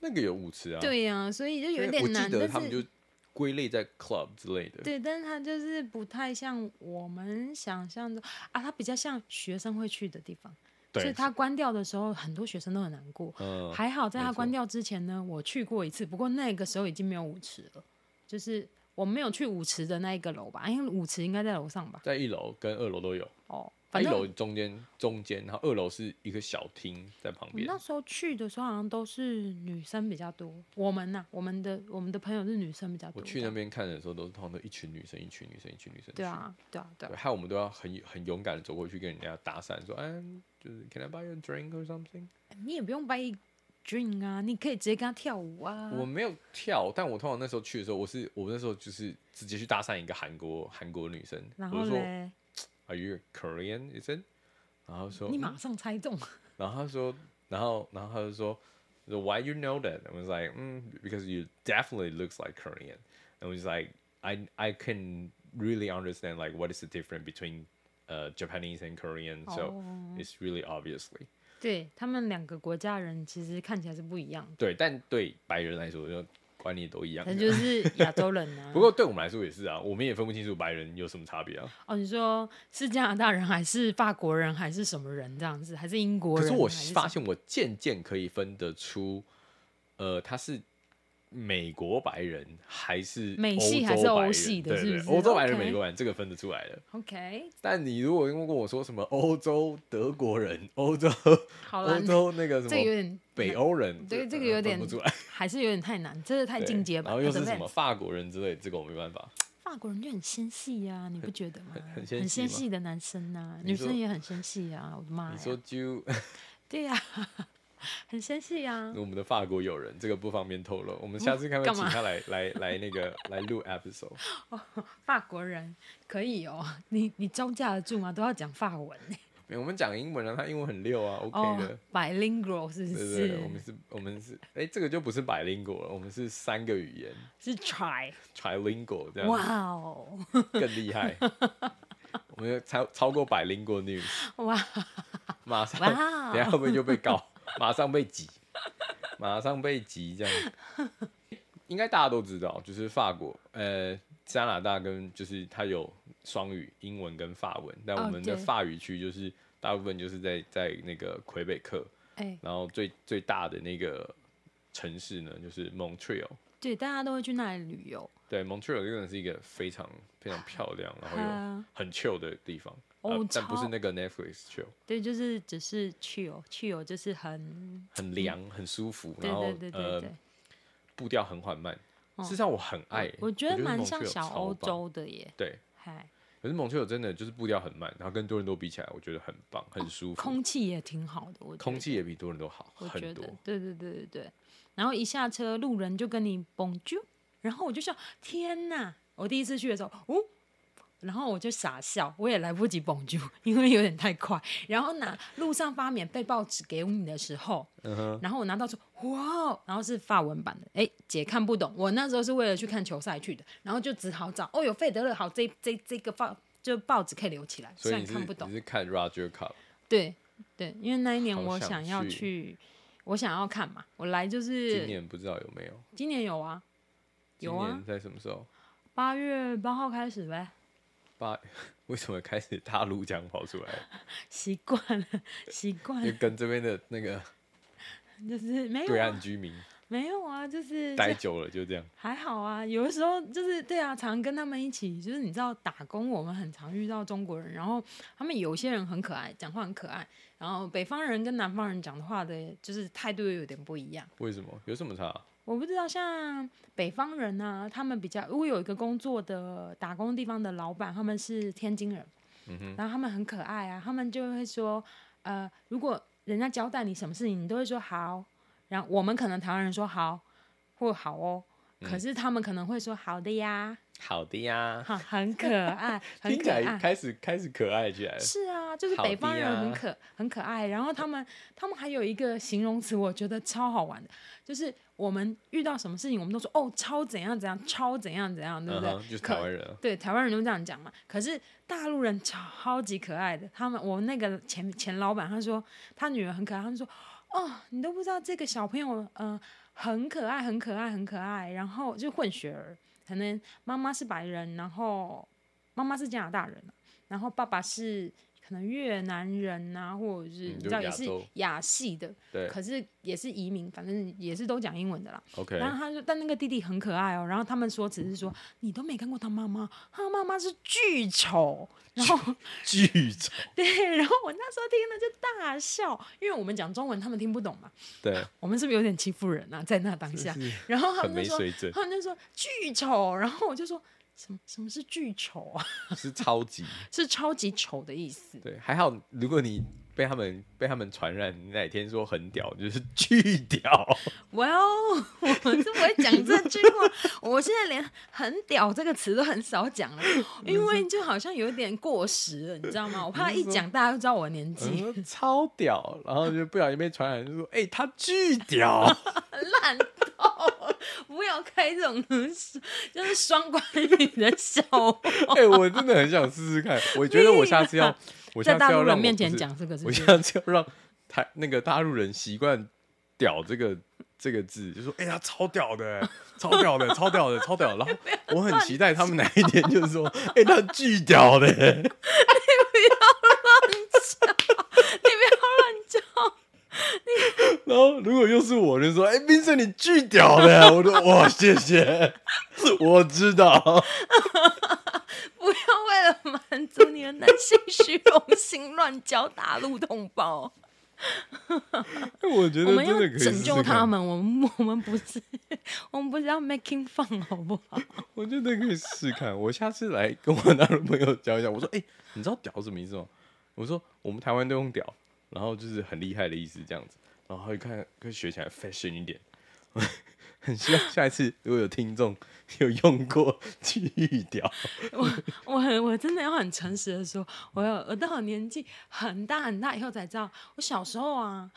[SPEAKER 1] 那个有舞池啊。，
[SPEAKER 2] 对呀、所以就有
[SPEAKER 1] 我
[SPEAKER 2] 点
[SPEAKER 1] 记
[SPEAKER 2] 难，
[SPEAKER 1] 得
[SPEAKER 2] 但
[SPEAKER 1] 他们
[SPEAKER 2] 是
[SPEAKER 1] 就归类在 club 之类的。
[SPEAKER 2] 对，但是它就是不太像我们想象中啊，它比较像学生会去的地方。所以
[SPEAKER 1] 对，
[SPEAKER 2] 它关掉的时候，很多学生都很难过。
[SPEAKER 1] 嗯，
[SPEAKER 2] 还好在
[SPEAKER 1] 没
[SPEAKER 2] 它
[SPEAKER 1] 错
[SPEAKER 2] 关掉之前呢，我去过一次，不过那个时候已经没有舞池了，就是我没有去舞池的那一个楼吧，因为舞池应该在楼上吧。
[SPEAKER 1] 在一楼跟二楼都有。
[SPEAKER 2] 哦，
[SPEAKER 1] 它
[SPEAKER 2] 反
[SPEAKER 1] 一
[SPEAKER 2] 正
[SPEAKER 1] 楼中间中间，然后二楼是一个小厅在旁
[SPEAKER 2] 我
[SPEAKER 1] 边。
[SPEAKER 2] 那时候去的时候好像都是女生比较多，我们呐、我们的我们的朋友是女生比较
[SPEAKER 1] 我
[SPEAKER 2] 多的。
[SPEAKER 1] 去那边看的时候，都是通常都一群女生，一群女生，一群女生。
[SPEAKER 2] 对，啊，对啊，对啊
[SPEAKER 1] 对，，害我们都要很很勇敢的走过去跟人家搭讪，说，哎，就是 Can I buy you a drink or something？、
[SPEAKER 2] 你也不用 buy drink 啊，你可以直接跟他跳舞啊。
[SPEAKER 1] 我没有跳，但我通常那时候去的时候，我是我那时候就是直接去搭讪一个韩国韩国女生，
[SPEAKER 2] 然
[SPEAKER 1] 我
[SPEAKER 2] 后
[SPEAKER 1] 就说
[SPEAKER 2] 嘞，
[SPEAKER 1] Are you Korean? Is it？然后说
[SPEAKER 2] 你
[SPEAKER 1] 嗯
[SPEAKER 2] 马上猜中，
[SPEAKER 1] 然后他说，然后然后他就说，Why you know that? I was like, mm, because you definitely looks like Korean. And I was like, I I can really understand like what is the difference between uh Japanese and Korean. So
[SPEAKER 2] Oh.
[SPEAKER 1] it's really obviously
[SPEAKER 2] 对他们两个国家人其实看起来是 不一样的，
[SPEAKER 1] 对，但对白人来说就管你都一样
[SPEAKER 2] 可。能就是亚洲人啊。
[SPEAKER 1] 不过对我们来说也是啊，我们也分不清楚白人有什么差别啊。
[SPEAKER 2] 哦，你说是加拿大人还是法国人还是什么人这样子，还是英国
[SPEAKER 1] 可
[SPEAKER 2] 人？
[SPEAKER 1] 是我
[SPEAKER 2] 还什么
[SPEAKER 1] 发现我渐渐可以分得出，呃，他是美国白人还是
[SPEAKER 2] 美系
[SPEAKER 1] 洲
[SPEAKER 2] 还是
[SPEAKER 1] 白
[SPEAKER 2] 欧
[SPEAKER 1] 人
[SPEAKER 2] 系的
[SPEAKER 1] 对
[SPEAKER 2] 是
[SPEAKER 1] 对
[SPEAKER 2] 不是
[SPEAKER 1] 欧洲白人、
[SPEAKER 2] OK
[SPEAKER 1] 美国人这个分得出来的。
[SPEAKER 2] OK，
[SPEAKER 1] 但你如果跟我说什么欧洲德国人、欧洲
[SPEAKER 2] 好了
[SPEAKER 1] 欧，洲那个什
[SPEAKER 2] 这个有
[SPEAKER 1] 么
[SPEAKER 2] 点
[SPEAKER 1] 北欧人，
[SPEAKER 2] 这个这个
[SPEAKER 1] 呃
[SPEAKER 2] 有点
[SPEAKER 1] 分不出来，
[SPEAKER 2] 还是有点太难，这是太
[SPEAKER 1] 对
[SPEAKER 2] 进阶版。
[SPEAKER 1] 然后又是
[SPEAKER 2] advanced
[SPEAKER 1] 什么法国人之类，这个我没办法。
[SPEAKER 2] 法国人就很纤细 呀，你不觉得吗？
[SPEAKER 1] 很纤
[SPEAKER 2] 很
[SPEAKER 1] 细
[SPEAKER 2] 纤
[SPEAKER 1] 吗
[SPEAKER 2] 细的男生呐，
[SPEAKER 1] 你
[SPEAKER 2] 女
[SPEAKER 1] 说
[SPEAKER 2] 生也很纤细啊，我的妈
[SPEAKER 1] 你
[SPEAKER 2] 呀！
[SPEAKER 1] 说就
[SPEAKER 2] 对呀、 很纤细啊呀。
[SPEAKER 1] 我们的法国友人，这个不方便透露，我们下次看会
[SPEAKER 2] 干
[SPEAKER 1] 请
[SPEAKER 2] 嘛
[SPEAKER 1] 他来来来那个来录 episode。
[SPEAKER 2] 法国人可以哦， 你你招架得住吗？都要讲法文呢。
[SPEAKER 1] 没有我们讲英文啊，他英文很溜啊，OK 的
[SPEAKER 2] 哦。，bilingual 是不
[SPEAKER 1] 对
[SPEAKER 2] 是？
[SPEAKER 1] 对，我们是，我们是，哎、这个就不是百灵果了，我们是三个语言
[SPEAKER 2] 是 try。
[SPEAKER 1] trilingual 这样
[SPEAKER 2] 哇哦，
[SPEAKER 1] 更厉害。我们超超过百灵果 news，
[SPEAKER 2] 哇
[SPEAKER 1] 马上，
[SPEAKER 2] 哇
[SPEAKER 1] 等一下
[SPEAKER 2] 哦，
[SPEAKER 1] 会不会就被告？马上被挤，马上被挤这样。应该大家都知道，就是法国，呃，加拿大跟就是它有双语，英文跟法文，但
[SPEAKER 2] 哦
[SPEAKER 1] 我们的
[SPEAKER 2] 对
[SPEAKER 1] 法语区就是大部分就是在在那个魁北克，
[SPEAKER 2] 哎，
[SPEAKER 1] 然后最最大的那个城市呢，就是 Montreal。
[SPEAKER 2] 对，大家都会去那里旅游。
[SPEAKER 1] 对，Montreal 真的是一个非常非常漂亮，然后有
[SPEAKER 2] 啊
[SPEAKER 1] 很 chill 的地方。
[SPEAKER 2] 哦
[SPEAKER 1] 呃但不是
[SPEAKER 2] 超
[SPEAKER 1] 那个 Netflix chill，
[SPEAKER 2] 对，就是只是 chill chill，就是很
[SPEAKER 1] 很凉，很舒服，
[SPEAKER 2] 嗯对
[SPEAKER 1] 然后
[SPEAKER 2] 对对对对
[SPEAKER 1] 呃，步调很缓慢。事实上，我很爱欸，
[SPEAKER 2] 我觉得蛮
[SPEAKER 1] Montreal
[SPEAKER 2] 像小欧
[SPEAKER 1] 超棒。
[SPEAKER 2] 洲的耶。
[SPEAKER 1] 对，
[SPEAKER 2] 嗨，
[SPEAKER 1] 可是 Montreal 真的就是步调很慢，然后跟多伦多比起来，我觉得很棒，很舒服，
[SPEAKER 2] 哦空气也挺好的，我觉
[SPEAKER 1] 空
[SPEAKER 2] 得。
[SPEAKER 1] 气也比多伦多好
[SPEAKER 2] 我觉
[SPEAKER 1] 很
[SPEAKER 2] 得
[SPEAKER 1] 多。，
[SPEAKER 2] 对对对对对。然后一下车，路人就跟你 Bonjour，然后我就想，天哪！我第一次去的时候，哦，然后我就傻笑，我也来不及 Bonjour，因为有点太快。 然后拿路上发免费报纸给你的时候，
[SPEAKER 1] 嗯哼，
[SPEAKER 2] 然后我拿到说哇哦，然后是法文版的，哎，姐看不懂。我那时候是为了去看球赛去的，然后就只好找，哦，有费德勒，好，这这这个报就报纸可以留起来，
[SPEAKER 1] 所以
[SPEAKER 2] 虽然
[SPEAKER 1] 你是
[SPEAKER 2] 看不懂
[SPEAKER 1] 你。是看 Roger Cup，
[SPEAKER 2] 对对，因为那一年
[SPEAKER 1] 好
[SPEAKER 2] 我
[SPEAKER 1] 想
[SPEAKER 2] 想要
[SPEAKER 1] 去
[SPEAKER 2] 去，我想要看嘛，我来就是
[SPEAKER 1] 今年不知道有没有？
[SPEAKER 2] 今年有啊，有
[SPEAKER 1] 今
[SPEAKER 2] 啊
[SPEAKER 1] 年，在什么时候？
[SPEAKER 2] 八月八号开始呗，
[SPEAKER 1] 八 为什么开始大陆腔跑出 来？
[SPEAKER 2] 习惯了，习惯
[SPEAKER 1] 就
[SPEAKER 2] 了，
[SPEAKER 1] 跟这边的那个
[SPEAKER 2] 就是没
[SPEAKER 1] 对
[SPEAKER 2] 有
[SPEAKER 1] 岸
[SPEAKER 2] 啊，
[SPEAKER 1] 居民
[SPEAKER 2] 没有啊，就是
[SPEAKER 1] 待
[SPEAKER 2] 就
[SPEAKER 1] 久了就这样。
[SPEAKER 2] 还好啊。有的时候就是对啊，常跟他们一起，就是你知道打工，我们很常遇到中国人，然后他们有些人很可爱，讲话很可爱，然后北方人跟南方人讲话的就是态度又有点不一样。
[SPEAKER 1] 为什么？有什么差啊？
[SPEAKER 2] 我不知道，像北方人啊，他们比较，我有一个工作的打工地方的老板，他们是天津人，
[SPEAKER 1] 嗯哼，
[SPEAKER 2] 然后他们很可爱啊，他们就会说，呃，如果人家交代你什么事情，你都会说好，然后我们可能台湾人说好或好哦，可是他们可能会说好的呀，
[SPEAKER 1] 好的呀，
[SPEAKER 2] 哈，很可爱，很
[SPEAKER 1] 听起
[SPEAKER 2] 可
[SPEAKER 1] 来
[SPEAKER 2] 爱。
[SPEAKER 1] 开始开始可爱起来了。
[SPEAKER 2] 是啊，就是
[SPEAKER 1] 好
[SPEAKER 2] 北
[SPEAKER 1] 的
[SPEAKER 2] 方人很
[SPEAKER 1] 呀
[SPEAKER 2] 可很可爱，然后他们他们还有一个形容词，我觉得超好玩的，就是我们遇到什么事情，我们都说哦超怎样怎样，超怎样怎样，对不
[SPEAKER 1] 嗯
[SPEAKER 2] 对？
[SPEAKER 1] 哼，就是
[SPEAKER 2] 可
[SPEAKER 1] 台湾人啊，
[SPEAKER 2] 对，台湾人都这样讲嘛。可是大陆人超级可爱的，他们我那个前前老板他说他女儿很可爱，他们说哦，你都不知道这个小朋友，嗯、很可爱，很可爱，很可爱。然后就混血儿，可能妈妈是白人，然后妈妈是加拿大人啊，然后爸爸是可能越南人啊，或者是
[SPEAKER 1] 嗯
[SPEAKER 2] 你
[SPEAKER 1] 就
[SPEAKER 2] 知道也
[SPEAKER 1] 亚
[SPEAKER 2] 是
[SPEAKER 1] 洲
[SPEAKER 2] 亚系的，
[SPEAKER 1] 对
[SPEAKER 2] 可是也是移民，反正也是都讲英文的啦。
[SPEAKER 1] ，OK，
[SPEAKER 2] 然后他说，但那个弟弟很可爱哦。然后他们说，只是说你都没看过他妈妈，他妈妈是巨丑。 然后
[SPEAKER 1] 巨丑，
[SPEAKER 2] 对，然后我那时候听了就大笑，因为我们讲中文他们听不懂嘛，
[SPEAKER 1] 对，
[SPEAKER 2] 我们是不是有点欺负人啊？在那当下，
[SPEAKER 1] 是
[SPEAKER 2] 然 后他
[SPEAKER 1] 很
[SPEAKER 2] 们
[SPEAKER 1] 没
[SPEAKER 2] 就说，
[SPEAKER 1] 水 准，
[SPEAKER 2] 他们就说巨丑，然后我就说什么什么是巨丑啊？
[SPEAKER 1] 是超级
[SPEAKER 2] 是超级丑的意思。
[SPEAKER 1] 对。还好，如果你被他们被他们传染，你哪天说很屌，就是巨 屌，
[SPEAKER 2] Well，我是不会讲这句话。我现在连“很屌”这个词都很少讲 了，因为就好像有点过时了，你知道吗？我怕一讲大家都知道我年纪，
[SPEAKER 1] 嗯超屌，然后就不小心被传染，就说哎、他巨屌，
[SPEAKER 2] 烂透了，不要开这种就是双关语的笑话，
[SPEAKER 1] 哎、我真的很想试试看，我觉得我下次 要， 我下
[SPEAKER 2] 在
[SPEAKER 1] 次
[SPEAKER 2] 大
[SPEAKER 1] 要
[SPEAKER 2] 陆
[SPEAKER 1] 让
[SPEAKER 2] 人
[SPEAKER 1] 我
[SPEAKER 2] 面
[SPEAKER 1] 不
[SPEAKER 2] 前
[SPEAKER 1] 是
[SPEAKER 2] 讲这个是
[SPEAKER 1] 我
[SPEAKER 2] 不是？
[SPEAKER 1] 下次要让台那个大陆人习惯“屌”这个这个字，就说：“哎、呀，超屌的，超屌的，超屌的，超屌的。”然后我很期待他们哪一天就是说：“哎、他巨屌的。
[SPEAKER 2] 你不要乱叫。”
[SPEAKER 1] 然后如果又是我，就说：“哎、冰森，你巨屌的。”欸我说：“哇，谢谢， 我知道。
[SPEAKER 2] 不要为了满足你的男性虚荣心乱教大陆同胞，”
[SPEAKER 1] 我觉得
[SPEAKER 2] 我们
[SPEAKER 1] 真
[SPEAKER 2] 要
[SPEAKER 1] 的可以
[SPEAKER 2] 拯
[SPEAKER 1] 试
[SPEAKER 2] 救
[SPEAKER 1] 试
[SPEAKER 2] 他
[SPEAKER 1] 看，
[SPEAKER 2] 们，我们我们不是我们不是要 making fun 好不好？
[SPEAKER 1] 我觉得可以试试看。我下次来跟我大陆朋友讲一讲，我说：“哎、你知道‘屌’什么意思吗？”我说：“我们台湾都用‘屌’，然后就是很厉害的意思，这样子。”然后他一看，可以学起来 fashion 一点。 很希望下一次如果有听众有用过 去屌，
[SPEAKER 2] 我很我真的要很诚实的说，我有我到了年纪很大很大以后才知道，我小时候啊，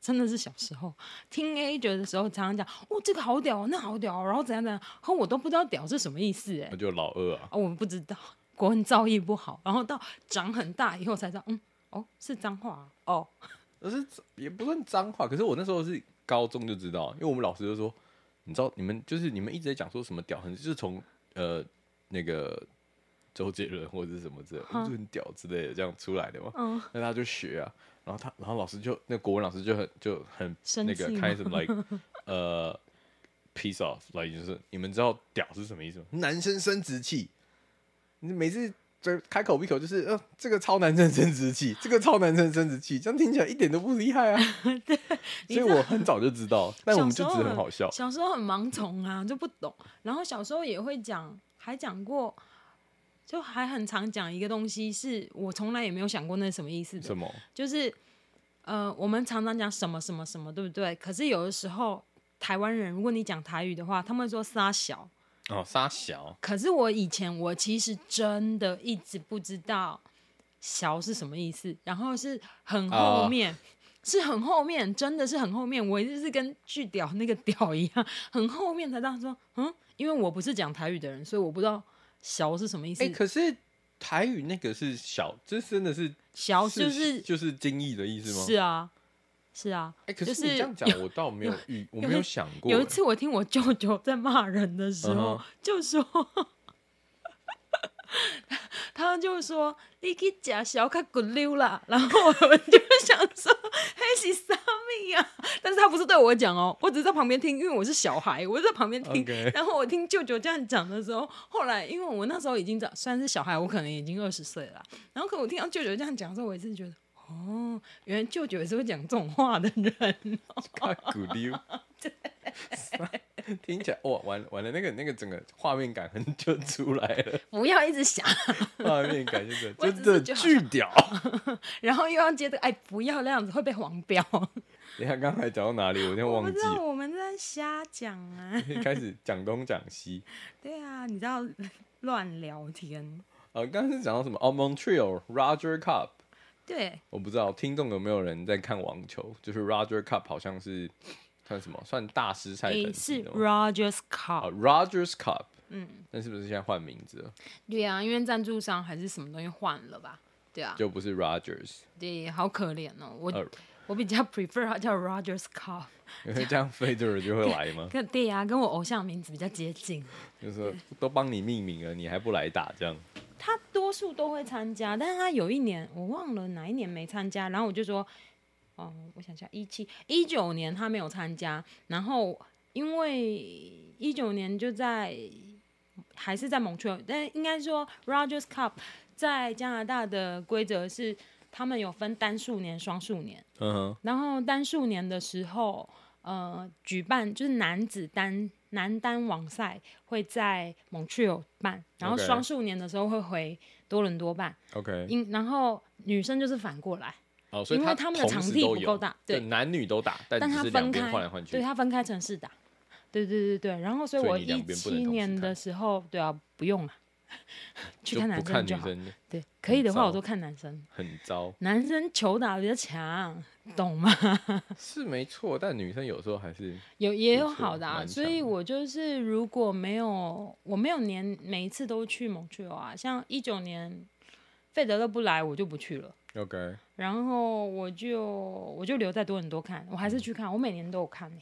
[SPEAKER 2] 真的是小时候听 A 觉的时候，常常讲哦这个好屌哦，那好屌哦，然后怎样怎样，可我都不知道屌是什么意思哎、
[SPEAKER 1] 那就老二啊，
[SPEAKER 2] 啊我不知道，国文造诣不好，然后到长很大以后才知道，嗯哦是脏话啊哦，
[SPEAKER 1] 可是也不算脏话。可是我那时候是高中就知道，因为我们老师就说，你知道你们就是你们一直在讲说什么屌，很就是从呃那个周杰伦或者是什么之类的，就
[SPEAKER 2] 嗯
[SPEAKER 1] 很屌之类的这样出来的嘛。
[SPEAKER 2] 嗯
[SPEAKER 1] 那他就学啊，然后他，然后老师就那国文老师就很就很
[SPEAKER 2] 生
[SPEAKER 1] 那个
[SPEAKER 2] 气吗
[SPEAKER 1] 开始 like 呃 piece off like 就是你们知道屌是什么意思吗？男生生殖器，你每次嘴开口闭口就是呃这个超男生生殖器，这个超男生生殖器，这样听起来一点都不厉害啊。 对，所以我很早就知道，但我们就
[SPEAKER 2] 小
[SPEAKER 1] 只
[SPEAKER 2] 时
[SPEAKER 1] 是
[SPEAKER 2] 候
[SPEAKER 1] 很好笑。
[SPEAKER 2] 小时候很盲从啊，就不懂。然后小时候也会讲，还讲过，就还很常讲一个东西，是我从来也没有想过那是什么意思的，
[SPEAKER 1] 什么？
[SPEAKER 2] 就是呃，我们常常讲什么什么什么，对不对？可是有的时候台湾人，如果你讲台语的话，他们会说撒小。
[SPEAKER 1] 哦，沙小，
[SPEAKER 2] 可是我以前我其实真的一直不知道“小”是什么意思，然后是很
[SPEAKER 1] 哦
[SPEAKER 2] 后面。是很后面，真的是很后面。我就是跟巨屌那个屌一样，很后面才这样说。嗯，因为我不是讲台语的人，所以我不知道“小”是什么意思
[SPEAKER 1] 哎、。可是台语那个是小，这真的是
[SPEAKER 2] 小”就是是
[SPEAKER 1] 就是精益的意思吗？
[SPEAKER 2] 是啊，是啊。
[SPEAKER 1] 哎、可
[SPEAKER 2] 就是
[SPEAKER 1] 你这
[SPEAKER 2] 是
[SPEAKER 1] 样讲，我倒没有遇，我没有想过、哎嗯
[SPEAKER 2] 有一次我听我舅舅在骂人的时候
[SPEAKER 1] 嗯哼
[SPEAKER 2] 就说他他就说你去假小卡滚溜啦，然后我们就想说黑喜啥米啊，但是他不是对我讲哦，我只是在旁边听，因为我是小孩，我就在旁边 听。
[SPEAKER 1] OK，
[SPEAKER 2] 然后我听舅舅这样讲的时候，后来因为我那时候已经长，虽然是小孩，我可能已经二十岁了啦，然后可我听到舅舅这样讲的时候，我也是觉得。哦，原来舅舅也是会讲这种话的人哦。
[SPEAKER 1] 卡古 溜， 听起来哇，完完了，那个那个整个画面感很就出来了，
[SPEAKER 2] 不要一直想，
[SPEAKER 1] 画面感就是
[SPEAKER 2] 我
[SPEAKER 1] 真
[SPEAKER 2] 只
[SPEAKER 1] 的
[SPEAKER 2] 是觉得好
[SPEAKER 1] 巨屌。
[SPEAKER 2] 然后又要接着，哎，不要那样子会被黄 标。
[SPEAKER 1] 等一下刚才讲到哪里，我有点
[SPEAKER 2] 我
[SPEAKER 1] 忘
[SPEAKER 2] 不
[SPEAKER 1] 记
[SPEAKER 2] 知道
[SPEAKER 1] 了，
[SPEAKER 2] 我们在瞎讲啊。
[SPEAKER 1] 开始讲东讲西。
[SPEAKER 2] 对啊，你知道乱聊天。
[SPEAKER 1] 呃，刚刚是讲到什么？哦，Montreal Roger Cup，
[SPEAKER 2] 对，
[SPEAKER 1] 我不知道听众有没有人在看网球，就是 Roger Cup 好像是算什么？算大师赛
[SPEAKER 2] 诶
[SPEAKER 1] 等级
[SPEAKER 2] 哎是
[SPEAKER 1] 的吗
[SPEAKER 2] Rogers
[SPEAKER 1] 啊
[SPEAKER 2] Cup。
[SPEAKER 1] ，Rogers Cup，
[SPEAKER 2] 嗯，
[SPEAKER 1] 但是不是现在换名字了？
[SPEAKER 2] 对啊，因为赞助商还是什么东西换了吧？对啊，
[SPEAKER 1] 就不是 Rogers，
[SPEAKER 2] 对，好可怜哦。我、
[SPEAKER 1] 呃，
[SPEAKER 2] 我比较 prefer 它叫 Rogers Cup。
[SPEAKER 1] 因为这样 Federer 就会来 吗？
[SPEAKER 2] 跟对啊，跟我偶像名字比较接近。
[SPEAKER 1] 就是说都帮你命名了，你还不来打这样？
[SPEAKER 2] 他多数都会参加，但是他有一年我忘了哪一年没参加，然后我就说，哦，我想一下，一七一九年他没有参加，然后因为一九年就在还是在蒙特，但应该说 Rogers Cup 在加拿大的规则是他们有分单数年、双数年，
[SPEAKER 1] 嗯哼，
[SPEAKER 2] 然后单数年的时候，呃，举办就是男子单男单网赛会在蒙特尔办，然后
[SPEAKER 1] OK
[SPEAKER 2] 双数年的时候会回多伦多办。
[SPEAKER 1] OK，
[SPEAKER 2] 因然后女生就是反过来，
[SPEAKER 1] 哦，所以
[SPEAKER 2] 因
[SPEAKER 1] 他
[SPEAKER 2] 为他们的场地不够大
[SPEAKER 1] 对，
[SPEAKER 2] 对
[SPEAKER 1] 就男女都打，但
[SPEAKER 2] 但
[SPEAKER 1] 只
[SPEAKER 2] 它
[SPEAKER 1] 是两
[SPEAKER 2] 分
[SPEAKER 1] 边
[SPEAKER 2] 开
[SPEAKER 1] 换来换去
[SPEAKER 2] 对，。它分开城市打。对对对对，然后所以
[SPEAKER 1] 所以
[SPEAKER 2] 我
[SPEAKER 1] 你两
[SPEAKER 2] 一
[SPEAKER 1] 边不能同
[SPEAKER 2] 七
[SPEAKER 1] 时
[SPEAKER 2] 年
[SPEAKER 1] 看
[SPEAKER 2] 的时候，对啊，不用了，去
[SPEAKER 1] 就
[SPEAKER 2] 看
[SPEAKER 1] 不
[SPEAKER 2] 男
[SPEAKER 1] 看
[SPEAKER 2] 生
[SPEAKER 1] 女
[SPEAKER 2] 就好。
[SPEAKER 1] 生
[SPEAKER 2] 对，可以的话
[SPEAKER 1] 糟
[SPEAKER 2] 我都看男生，
[SPEAKER 1] 很糟，
[SPEAKER 2] 男生球打得比较强，懂吗？
[SPEAKER 1] 是没错，但女生有时候还是
[SPEAKER 2] 有也
[SPEAKER 1] 不
[SPEAKER 2] 有
[SPEAKER 1] 错
[SPEAKER 2] 好的啊，
[SPEAKER 1] 蛮
[SPEAKER 2] 所
[SPEAKER 1] 强
[SPEAKER 2] 以
[SPEAKER 1] 的
[SPEAKER 2] 我就是如果没有我没有年每一次都去蒙特利尔啊，像一九年费德勒不来我就不去了，
[SPEAKER 1] OK。
[SPEAKER 2] 然后我就我就留在多伦多看，我还
[SPEAKER 1] 嗯
[SPEAKER 2] 是去看，我每年都有看呢、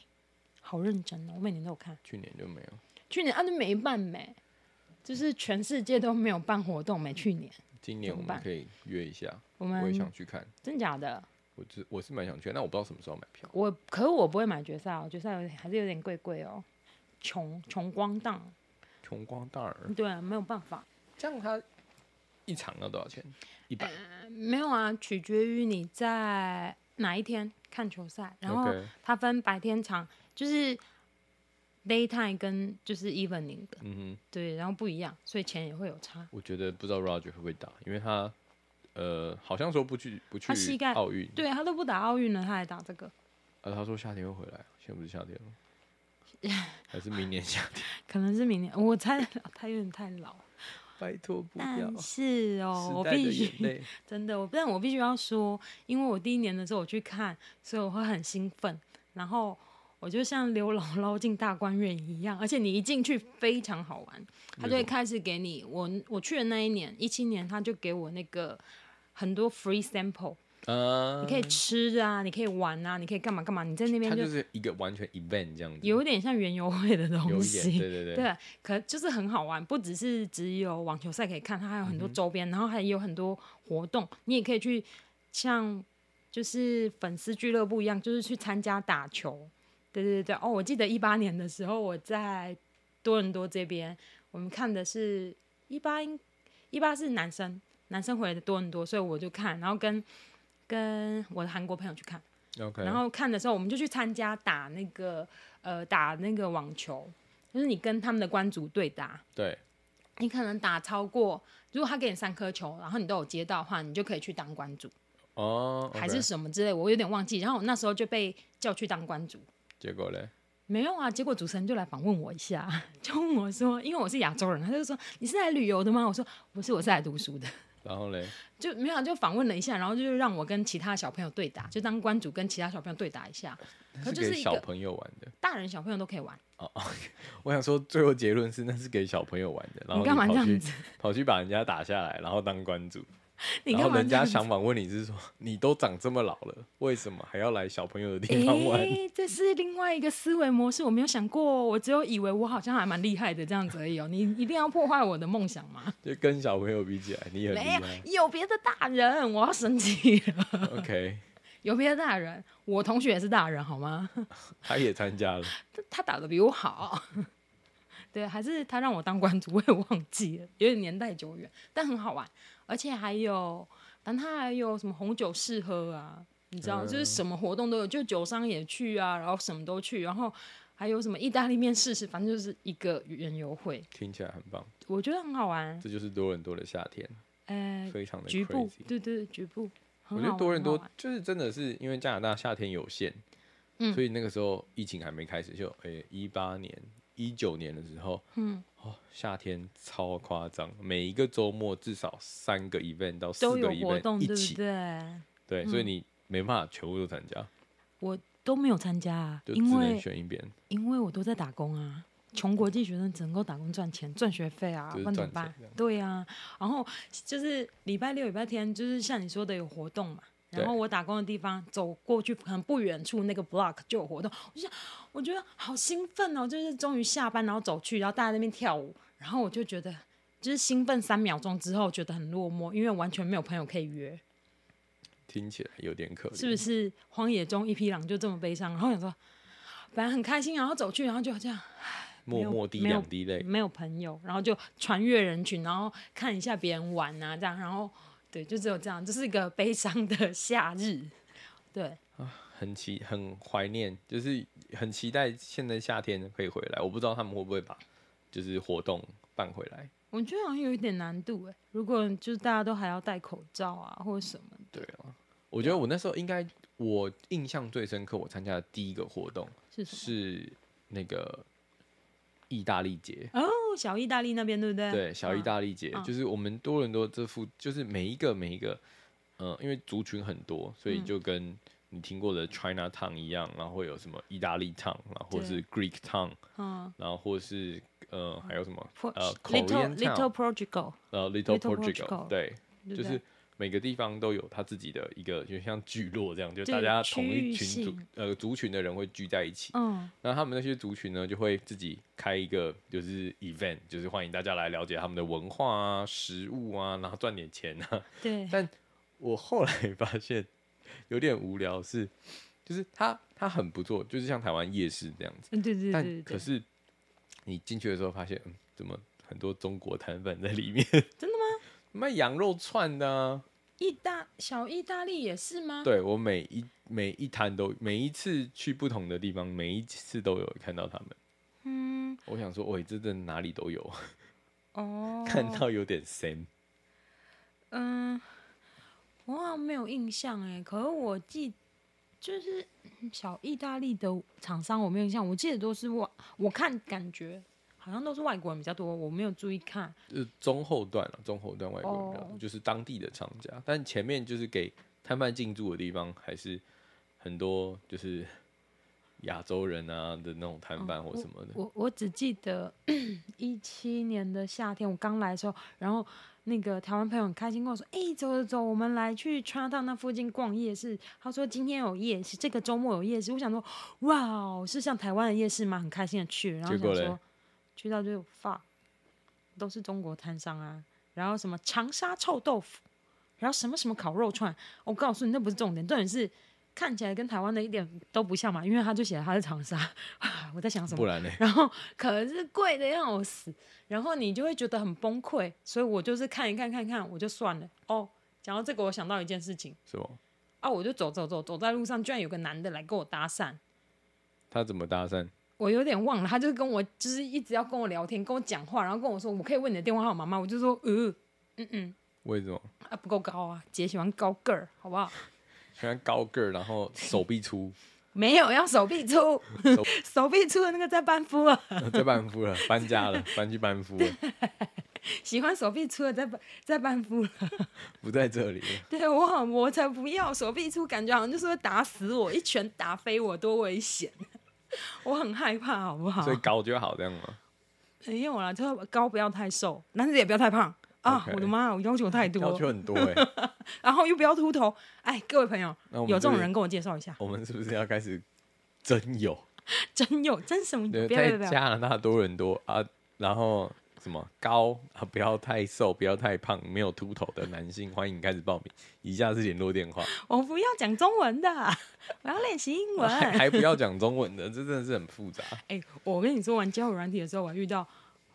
[SPEAKER 2] 好认真哦，我每年都有看。
[SPEAKER 1] 去年就没有，
[SPEAKER 2] 去年啊就没办没、就是全世界都没有办活动没、去年
[SPEAKER 1] 今年
[SPEAKER 2] 怎
[SPEAKER 1] 我们
[SPEAKER 2] 么办嗯
[SPEAKER 1] 可以约一下，
[SPEAKER 2] 我
[SPEAKER 1] 我也
[SPEAKER 2] 们
[SPEAKER 1] 想去看，
[SPEAKER 2] 真假的，
[SPEAKER 1] 我只我是蛮想去看，但我不知道什么时候买票。
[SPEAKER 2] 我可我不会买决赛哦，决赛有点还是有点贵贵哦，穷穷光蛋，
[SPEAKER 1] 穷光蛋儿，
[SPEAKER 2] 对、啊，没有办法。
[SPEAKER 1] 这样他一场要多少钱？一百
[SPEAKER 2] 没有啊，取决于你在哪一天看球赛，然后
[SPEAKER 1] OK
[SPEAKER 2] 它分白天场，就是 daytime 跟就是 evening 的，
[SPEAKER 1] 嗯哼，
[SPEAKER 2] 对，然后不一样，所以钱也会有差。
[SPEAKER 1] 我觉得不知道 Roger 会不会打，因为他呃好像说不去不去
[SPEAKER 2] 他膝盖
[SPEAKER 1] 奥运，
[SPEAKER 2] 对他都不打奥运了，他还打这个，
[SPEAKER 1] 呃他说夏天会回来，现在不是夏天吗？ 还是明年夏天？
[SPEAKER 2] 可能是明年，我猜 他有点太老。
[SPEAKER 1] 拜托不要
[SPEAKER 2] 但，嗯是哦，我
[SPEAKER 1] 时代的
[SPEAKER 2] 必
[SPEAKER 1] 眼
[SPEAKER 2] 须
[SPEAKER 1] 泪。
[SPEAKER 2] 真的，我但我必须要说，因为我第一年的时候我去看，所以我会很兴奋，然后我就像刘姥姥进大观园一样，而且你一进去非常好玩，他
[SPEAKER 1] 为
[SPEAKER 2] 就
[SPEAKER 1] 什
[SPEAKER 2] 会
[SPEAKER 1] 么
[SPEAKER 2] 开始给你我我去的那一年一七年，他就给我那个很多 free sample，、
[SPEAKER 1] 呃，
[SPEAKER 2] 你可以吃啊，你可以玩啊，你可以干嘛干嘛，你在那
[SPEAKER 1] 他
[SPEAKER 2] 边就
[SPEAKER 1] 就是一个完全 event 这样子，
[SPEAKER 2] 有点像园游会的
[SPEAKER 1] 有
[SPEAKER 2] 东
[SPEAKER 1] 一点，
[SPEAKER 2] 西，
[SPEAKER 1] 对对对，
[SPEAKER 2] 对，可就是很好玩，不只是只有网球赛可以看，它还有很多周边，然后还有很多活动，你也可以去像就是粉丝俱乐部一样，就是去参加打球。对对对，哦，我记得一八年的时候，我在多伦多这边，我们看的是一八一八是男生，男生回来的多伦多，所以我就看，然后跟跟我的韩国朋友去看，
[SPEAKER 1] OK，
[SPEAKER 2] 然后看的时候，我们就去参加打那个呃打那个网球，就是你跟他们的关主对打，
[SPEAKER 1] 对，
[SPEAKER 2] 你可能打超过，如果他给你三颗球，然后你都有接到的话，你就可以去当关主，
[SPEAKER 1] 哦，
[SPEAKER 2] 还是
[SPEAKER 1] OK，
[SPEAKER 2] 什么之类，我有点忘记。然后我那时候就被叫去当关主。
[SPEAKER 1] 结果嘞，
[SPEAKER 2] 没有啊，结果主持人就来访问我一下， 就问我说，因为我是亚洲人，他就说你是来旅游的吗？我说不是，我是来读书的。
[SPEAKER 1] 然后嘞，
[SPEAKER 2] 就没有啊就访问了一下，然后就让我跟其他小朋友对打，就当关主跟其他小朋友对打一下，
[SPEAKER 1] 那
[SPEAKER 2] 可
[SPEAKER 1] 是
[SPEAKER 2] 就是
[SPEAKER 1] 给
[SPEAKER 2] 一
[SPEAKER 1] 小
[SPEAKER 2] 个
[SPEAKER 1] 朋友玩的。
[SPEAKER 2] 大人小朋友都可以玩。
[SPEAKER 1] 我想说，最后结论是那是给小朋友玩的，然后
[SPEAKER 2] 你干嘛
[SPEAKER 1] 跑
[SPEAKER 2] 这样
[SPEAKER 1] 去
[SPEAKER 2] 子？
[SPEAKER 1] 跑去把人家打下来，然后当关主，
[SPEAKER 2] 你
[SPEAKER 1] 然
[SPEAKER 2] 干
[SPEAKER 1] 后
[SPEAKER 2] 嘛
[SPEAKER 1] 人
[SPEAKER 2] 这
[SPEAKER 1] 家
[SPEAKER 2] 样子
[SPEAKER 1] 想访问你是说，你都长这么老了，为什么还要来小朋友的地方玩？
[SPEAKER 2] 诶，这是另外一个思维模式，我没有想过哦，我只有以为我好像还蛮厉害的这样子而已哦。你一定要破坏我的梦想吗？
[SPEAKER 1] 就跟小朋友比起来，你很厉
[SPEAKER 2] 没有
[SPEAKER 1] 害。，
[SPEAKER 2] 有别的大人，我要生气了。
[SPEAKER 1] OK，
[SPEAKER 2] 有别的大人，我同学也是大人好吗？
[SPEAKER 1] 他也参加了。
[SPEAKER 2] 他他打的比我好。 对，还是他让我当关主，我也忘记了，有点年代久远，但很好玩，而且还有，但他还有什么红酒试喝啊，你知道，
[SPEAKER 1] 嗯
[SPEAKER 2] 就是什么活动都有，就酒商也去啊，然后什么都去，然后还有什么意大利面试试，反正就是一个园游会，
[SPEAKER 1] 听起来很棒，
[SPEAKER 2] 我觉得很好玩。
[SPEAKER 1] 这就是多伦多的夏天，
[SPEAKER 2] 呃，
[SPEAKER 1] 非常的
[SPEAKER 2] 局部
[SPEAKER 1] crazy，。
[SPEAKER 2] 对对对局部，很
[SPEAKER 1] 我觉
[SPEAKER 2] 好
[SPEAKER 1] 得
[SPEAKER 2] 玩
[SPEAKER 1] 多伦
[SPEAKER 2] 很好
[SPEAKER 1] 多
[SPEAKER 2] 玩
[SPEAKER 1] 就是真的是因为加拿大夏天有限，
[SPEAKER 2] 嗯
[SPEAKER 1] 所以那个时候疫情还没开始，就诶一八年、一九年的时候，
[SPEAKER 2] 嗯，
[SPEAKER 1] 哦，夏天超夸张，每一个周末至少三个 event 到四
[SPEAKER 2] 都
[SPEAKER 1] 个
[SPEAKER 2] 有活动，
[SPEAKER 1] event
[SPEAKER 2] 对
[SPEAKER 1] 一
[SPEAKER 2] 不
[SPEAKER 1] 起，
[SPEAKER 2] 对？嗯
[SPEAKER 1] 对，所以你没办法全部都参加，
[SPEAKER 2] 我都没有参加啊，
[SPEAKER 1] 就只
[SPEAKER 2] 因
[SPEAKER 1] 能
[SPEAKER 2] 为
[SPEAKER 1] 选一边，
[SPEAKER 2] 因为我都在打工啊，穷国际学生只能够打工赚钱，赚学费啊，
[SPEAKER 1] 就是
[SPEAKER 2] 不然怎么
[SPEAKER 1] 赚
[SPEAKER 2] 办
[SPEAKER 1] 钱这样？
[SPEAKER 2] 对啊，然后就是礼拜六、礼拜天，就是像你说的有活动嘛。
[SPEAKER 1] 对
[SPEAKER 2] 然后我打工的地方走过去，可能不远处那个 block 就有活动，我就想，我觉得好兴奋哦，就是终于下班，然后走去，然后大家在那边跳舞，然后我就觉得，就是兴奋三秒钟之后，觉得很落寞，因为完全没有朋友可以约。
[SPEAKER 1] 听起来有点可怜，
[SPEAKER 2] 是不是荒野中一匹狼就这么悲伤？然后想说，本来很开心，然后走去，然后就这样
[SPEAKER 1] 默默滴
[SPEAKER 2] 没有
[SPEAKER 1] 两滴泪，
[SPEAKER 2] 没有朋友，然后就穿越人群，然后看一下别人玩啊，这样，然后对，就只有这样，这、是一个悲伤的 夏日。对，
[SPEAKER 1] 很期很怀念，就是很期待现在夏天可以回来。我不知道他们会不会把就是活动办回来。
[SPEAKER 2] 我觉得好像有一点难度哎、如果就是大家都还要戴口罩啊，或者什么，
[SPEAKER 1] 对啊，我觉得我那时候应该我印象最深刻，我参加的第一个活动
[SPEAKER 2] 是什么？
[SPEAKER 1] 是那个意大利节。
[SPEAKER 2] 哦，小意大利那边对不对？
[SPEAKER 1] 对，小意
[SPEAKER 2] 利、
[SPEAKER 1] 大利节、
[SPEAKER 2] 嗯
[SPEAKER 1] 就是我们多伦多这附，就是每一个每一个，嗯、因为族群很多，所
[SPEAKER 2] 嗯
[SPEAKER 1] 以就跟你听过的 China Town 一样，然后会有什么意大利 Town，然后或者是 Greek Town，
[SPEAKER 2] 嗯，
[SPEAKER 1] 然后或是呃还有什么
[SPEAKER 2] 或
[SPEAKER 1] 呃
[SPEAKER 2] Little
[SPEAKER 1] Korean
[SPEAKER 2] Little
[SPEAKER 1] Town，
[SPEAKER 2] Prodigal，
[SPEAKER 1] 呃 Little
[SPEAKER 2] Little
[SPEAKER 1] Portugal，
[SPEAKER 2] Portugal，
[SPEAKER 1] 对，
[SPEAKER 2] 对
[SPEAKER 1] 就
[SPEAKER 2] 不对
[SPEAKER 1] 是每个地方都有它自己的一个，就像聚落这样，就
[SPEAKER 2] 对
[SPEAKER 1] 大家
[SPEAKER 2] 区
[SPEAKER 1] 同一
[SPEAKER 2] 域
[SPEAKER 1] 群族
[SPEAKER 2] 性
[SPEAKER 1] 呃族群的人会聚在一起。
[SPEAKER 2] 嗯，
[SPEAKER 1] 那他们那些族群呢，就会自己开一个就是 event，就是欢迎大家来了解他们的文化啊、食物啊，然后赚点钱啊。
[SPEAKER 2] 对，
[SPEAKER 1] 但我后来发现有点无聊是，就是它它很不错，就是像台湾夜市这样子。
[SPEAKER 2] 嗯对对对
[SPEAKER 1] 但
[SPEAKER 2] 对
[SPEAKER 1] 可
[SPEAKER 2] 对，
[SPEAKER 1] 是你进去的时候发现，嗯，怎么很多中国摊贩在里面？
[SPEAKER 2] 真的
[SPEAKER 1] 吗？卖羊肉串的啊、
[SPEAKER 2] 意大小意大利也是 吗？
[SPEAKER 1] 对我每一每一摊都每一次去不同的地方，每一次都有看到他们。
[SPEAKER 2] 嗯，
[SPEAKER 1] 我想说，喂，这真的哪里都有，
[SPEAKER 2] 哦，
[SPEAKER 1] 看到有点 same。
[SPEAKER 2] 嗯，我好像没有印象哎，可是我记就是小意大利的厂商我没有印象，我记得都是外，我看感觉好像都是外国人比较多，我没有注意看。
[SPEAKER 1] 就是中后段了、中后段外国人比较多
[SPEAKER 2] 哦
[SPEAKER 1] 就是当地的厂家，但前面就是给摊贩进驻的地方，还是很多就是 亚洲人啊的那种摊
[SPEAKER 2] 哦
[SPEAKER 1] 贩或什么的。
[SPEAKER 2] 我我只记得 一七年的夏天，我刚来的时候，然后那个台湾朋友很开心跟我说：“哎、走走走，我们来去 China Town 那附近逛夜市。”他说今天有夜市，这个周末有夜市。我想说，哇哦，是像台湾的夜市吗？很开心的去，然后
[SPEAKER 1] 结果
[SPEAKER 2] 想
[SPEAKER 1] 嘞
[SPEAKER 2] 说，去到就 fuck，都是中国摊商啊，然后什么长沙臭豆腐，然后什么什么烤肉串，我告诉你，那不是重点，重点是。看起来跟台湾的一点都不像嘛，因为他就写他是长沙， 啊，我在想什么
[SPEAKER 1] 不？然呢？
[SPEAKER 2] 然后 可是贵的要我死，然后你就会觉得很崩溃，所以我就是看一看看一看，我就算了。哦，讲到这个，我想到一件事情
[SPEAKER 1] 什么？
[SPEAKER 2] 啊，我就走走走走在路上，居然有个男的来跟我搭讪，
[SPEAKER 1] 他怎么搭讪？
[SPEAKER 2] 我有点忘了，他就是跟我就是一直要跟我聊天，跟我讲话，然后跟我说我可以问你的电话号码吗？我就说呃
[SPEAKER 1] 为什么？
[SPEAKER 2] 啊不够高啊，姐喜欢高个儿，好不好？
[SPEAKER 1] 虽然高个儿，然后手臂粗，
[SPEAKER 2] 没有要手臂粗，
[SPEAKER 1] 手
[SPEAKER 2] 手臂粗的那个在班夫啊，
[SPEAKER 1] 在班夫了，搬家了，搬去班夫了，
[SPEAKER 2] 喜欢手臂粗的在班在班夫了。
[SPEAKER 1] 不在这里了。
[SPEAKER 2] 对我很，我才不要手臂粗，感觉好像就是会打死我，一拳打飞我，多危险！ 我很害怕，好不好
[SPEAKER 1] 所？以高就好这样吗？
[SPEAKER 2] 没有啦，就是高不要太瘦，但是也不要太胖。啊
[SPEAKER 1] OK
[SPEAKER 2] 我的妈，我要求太
[SPEAKER 1] 要
[SPEAKER 2] 多，
[SPEAKER 1] 求很多 哎、欸。
[SPEAKER 2] 然后又不要秃头。哎，各位朋友，
[SPEAKER 1] 那我们
[SPEAKER 2] 有这种
[SPEAKER 1] 就是
[SPEAKER 2] 人，跟我介绍一下，
[SPEAKER 1] 我们是不是要开始真有？
[SPEAKER 2] 真有真什么？不
[SPEAKER 1] 对，
[SPEAKER 2] 要不要
[SPEAKER 1] 在
[SPEAKER 2] 不要，
[SPEAKER 1] 加拿大多伦多啊，然后什么高啊，不要太瘦，不要太胖，没有秃头的男性欢迎开始报名。以下是联络电话，
[SPEAKER 2] 我不要讲中文的，我要练习英 文。
[SPEAKER 1] 还还不要讲中文的，这真的是很复杂。
[SPEAKER 2] 哎、我跟你说，玩交友软体的时候，我还遇到，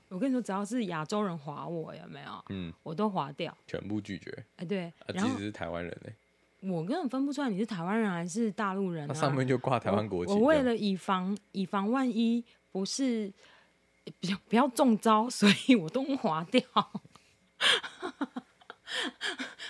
[SPEAKER 2] 我跟你说，只要是亚洲人划我，有没有？
[SPEAKER 1] 嗯，
[SPEAKER 2] 我都划掉。
[SPEAKER 1] 全部拒绝
[SPEAKER 2] 哎、对，
[SPEAKER 1] 啊，
[SPEAKER 2] 然
[SPEAKER 1] 即
[SPEAKER 2] 后
[SPEAKER 1] 使是台湾人呢、
[SPEAKER 2] 我根本分不出来你是台湾人还是大陆人、
[SPEAKER 1] 那
[SPEAKER 2] 啊。
[SPEAKER 1] 上面就挂台湾国旗
[SPEAKER 2] 我。
[SPEAKER 1] 这
[SPEAKER 2] 我为
[SPEAKER 1] 样
[SPEAKER 2] 了以防以防万一不是不要不要中招， 所以我都划掉。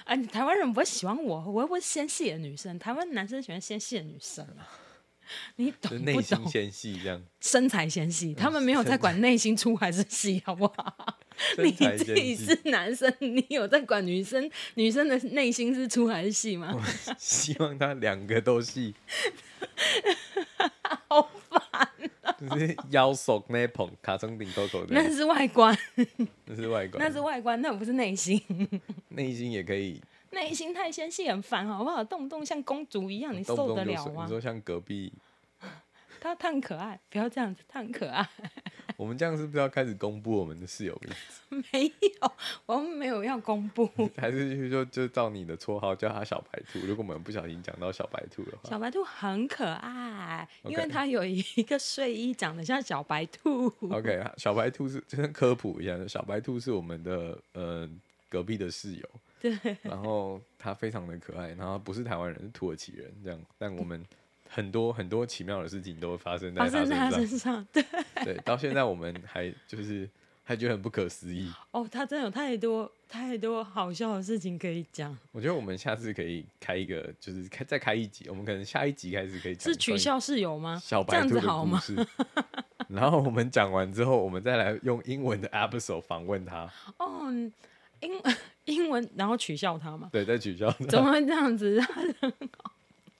[SPEAKER 2] 哎，台湾人不会喜欢我，我又不是纤细的女生，台湾男生喜欢纤细的女生啊。 你
[SPEAKER 1] 就
[SPEAKER 2] 懂
[SPEAKER 1] 内
[SPEAKER 2] 不
[SPEAKER 1] 心
[SPEAKER 2] 懂？
[SPEAKER 1] 纤嗯细这样，
[SPEAKER 2] 身材纤细，他们没有在管内心粗还是细，好不好？ 你
[SPEAKER 1] 身材
[SPEAKER 2] 自己
[SPEAKER 1] 纤
[SPEAKER 2] 是
[SPEAKER 1] 细。
[SPEAKER 2] 男生，你有在管女生女生的内心是粗还是细吗？
[SPEAKER 1] 希望他两个都细，
[SPEAKER 2] 好哦
[SPEAKER 1] 就是腰手那捧卡成顶扣口的，
[SPEAKER 2] 那是外观，
[SPEAKER 1] 那是外观，
[SPEAKER 2] 那是外观，那不是内心。
[SPEAKER 1] 内心也可以
[SPEAKER 2] 内心太纤细很烦，好不好？动不动像公主一样，你
[SPEAKER 1] 嗯动不
[SPEAKER 2] 受
[SPEAKER 1] 动
[SPEAKER 2] 得
[SPEAKER 1] 就
[SPEAKER 2] 了
[SPEAKER 1] 水。
[SPEAKER 2] 吗
[SPEAKER 1] 你？说像隔壁
[SPEAKER 2] 她她很可爱，不要这样子，她很可爱。
[SPEAKER 1] 我们这样是不是要开始公布我们的室友名字？
[SPEAKER 2] 没有，我们没有要公 布。
[SPEAKER 1] 还是就就照你的绰号叫他小白兔？如果我们不小心讲到小白兔的话，
[SPEAKER 2] 小白兔很可爱，因为
[SPEAKER 1] OK
[SPEAKER 2] 它有一个睡衣长得像小白 兔。
[SPEAKER 1] OK，小白兔是就是科普一下，小白兔是我们的呃隔壁的室 友，对，然后他非常的可爱，然后不是台湾人，是土耳其人这样，但我们。很多很多奇妙的事情都会发生在
[SPEAKER 2] 发
[SPEAKER 1] 他
[SPEAKER 2] 生
[SPEAKER 1] 身
[SPEAKER 2] 在她
[SPEAKER 1] 上，
[SPEAKER 2] 身上，对
[SPEAKER 1] 对，到现在我们还就是还觉得很不可思议。
[SPEAKER 2] 哦，她真的有太多太多好笑的事情可以讲，
[SPEAKER 1] 我觉得我们下次可以开一个，就是开再开一集，我们可能下一集开始可以讲
[SPEAKER 2] 是取
[SPEAKER 1] 关于
[SPEAKER 2] 笑室友吗？
[SPEAKER 1] 小
[SPEAKER 2] 这
[SPEAKER 1] 白
[SPEAKER 2] 样
[SPEAKER 1] 兔
[SPEAKER 2] 子
[SPEAKER 1] 的
[SPEAKER 2] 好
[SPEAKER 1] 故
[SPEAKER 2] 吗？
[SPEAKER 1] 事。然后我们讲完之后，我们再来用英文的 episode 访问他，
[SPEAKER 2] 哦，嗯英 英文，然后取笑他吗？
[SPEAKER 1] 对，再取消他。
[SPEAKER 2] 怎么会这样子？他人很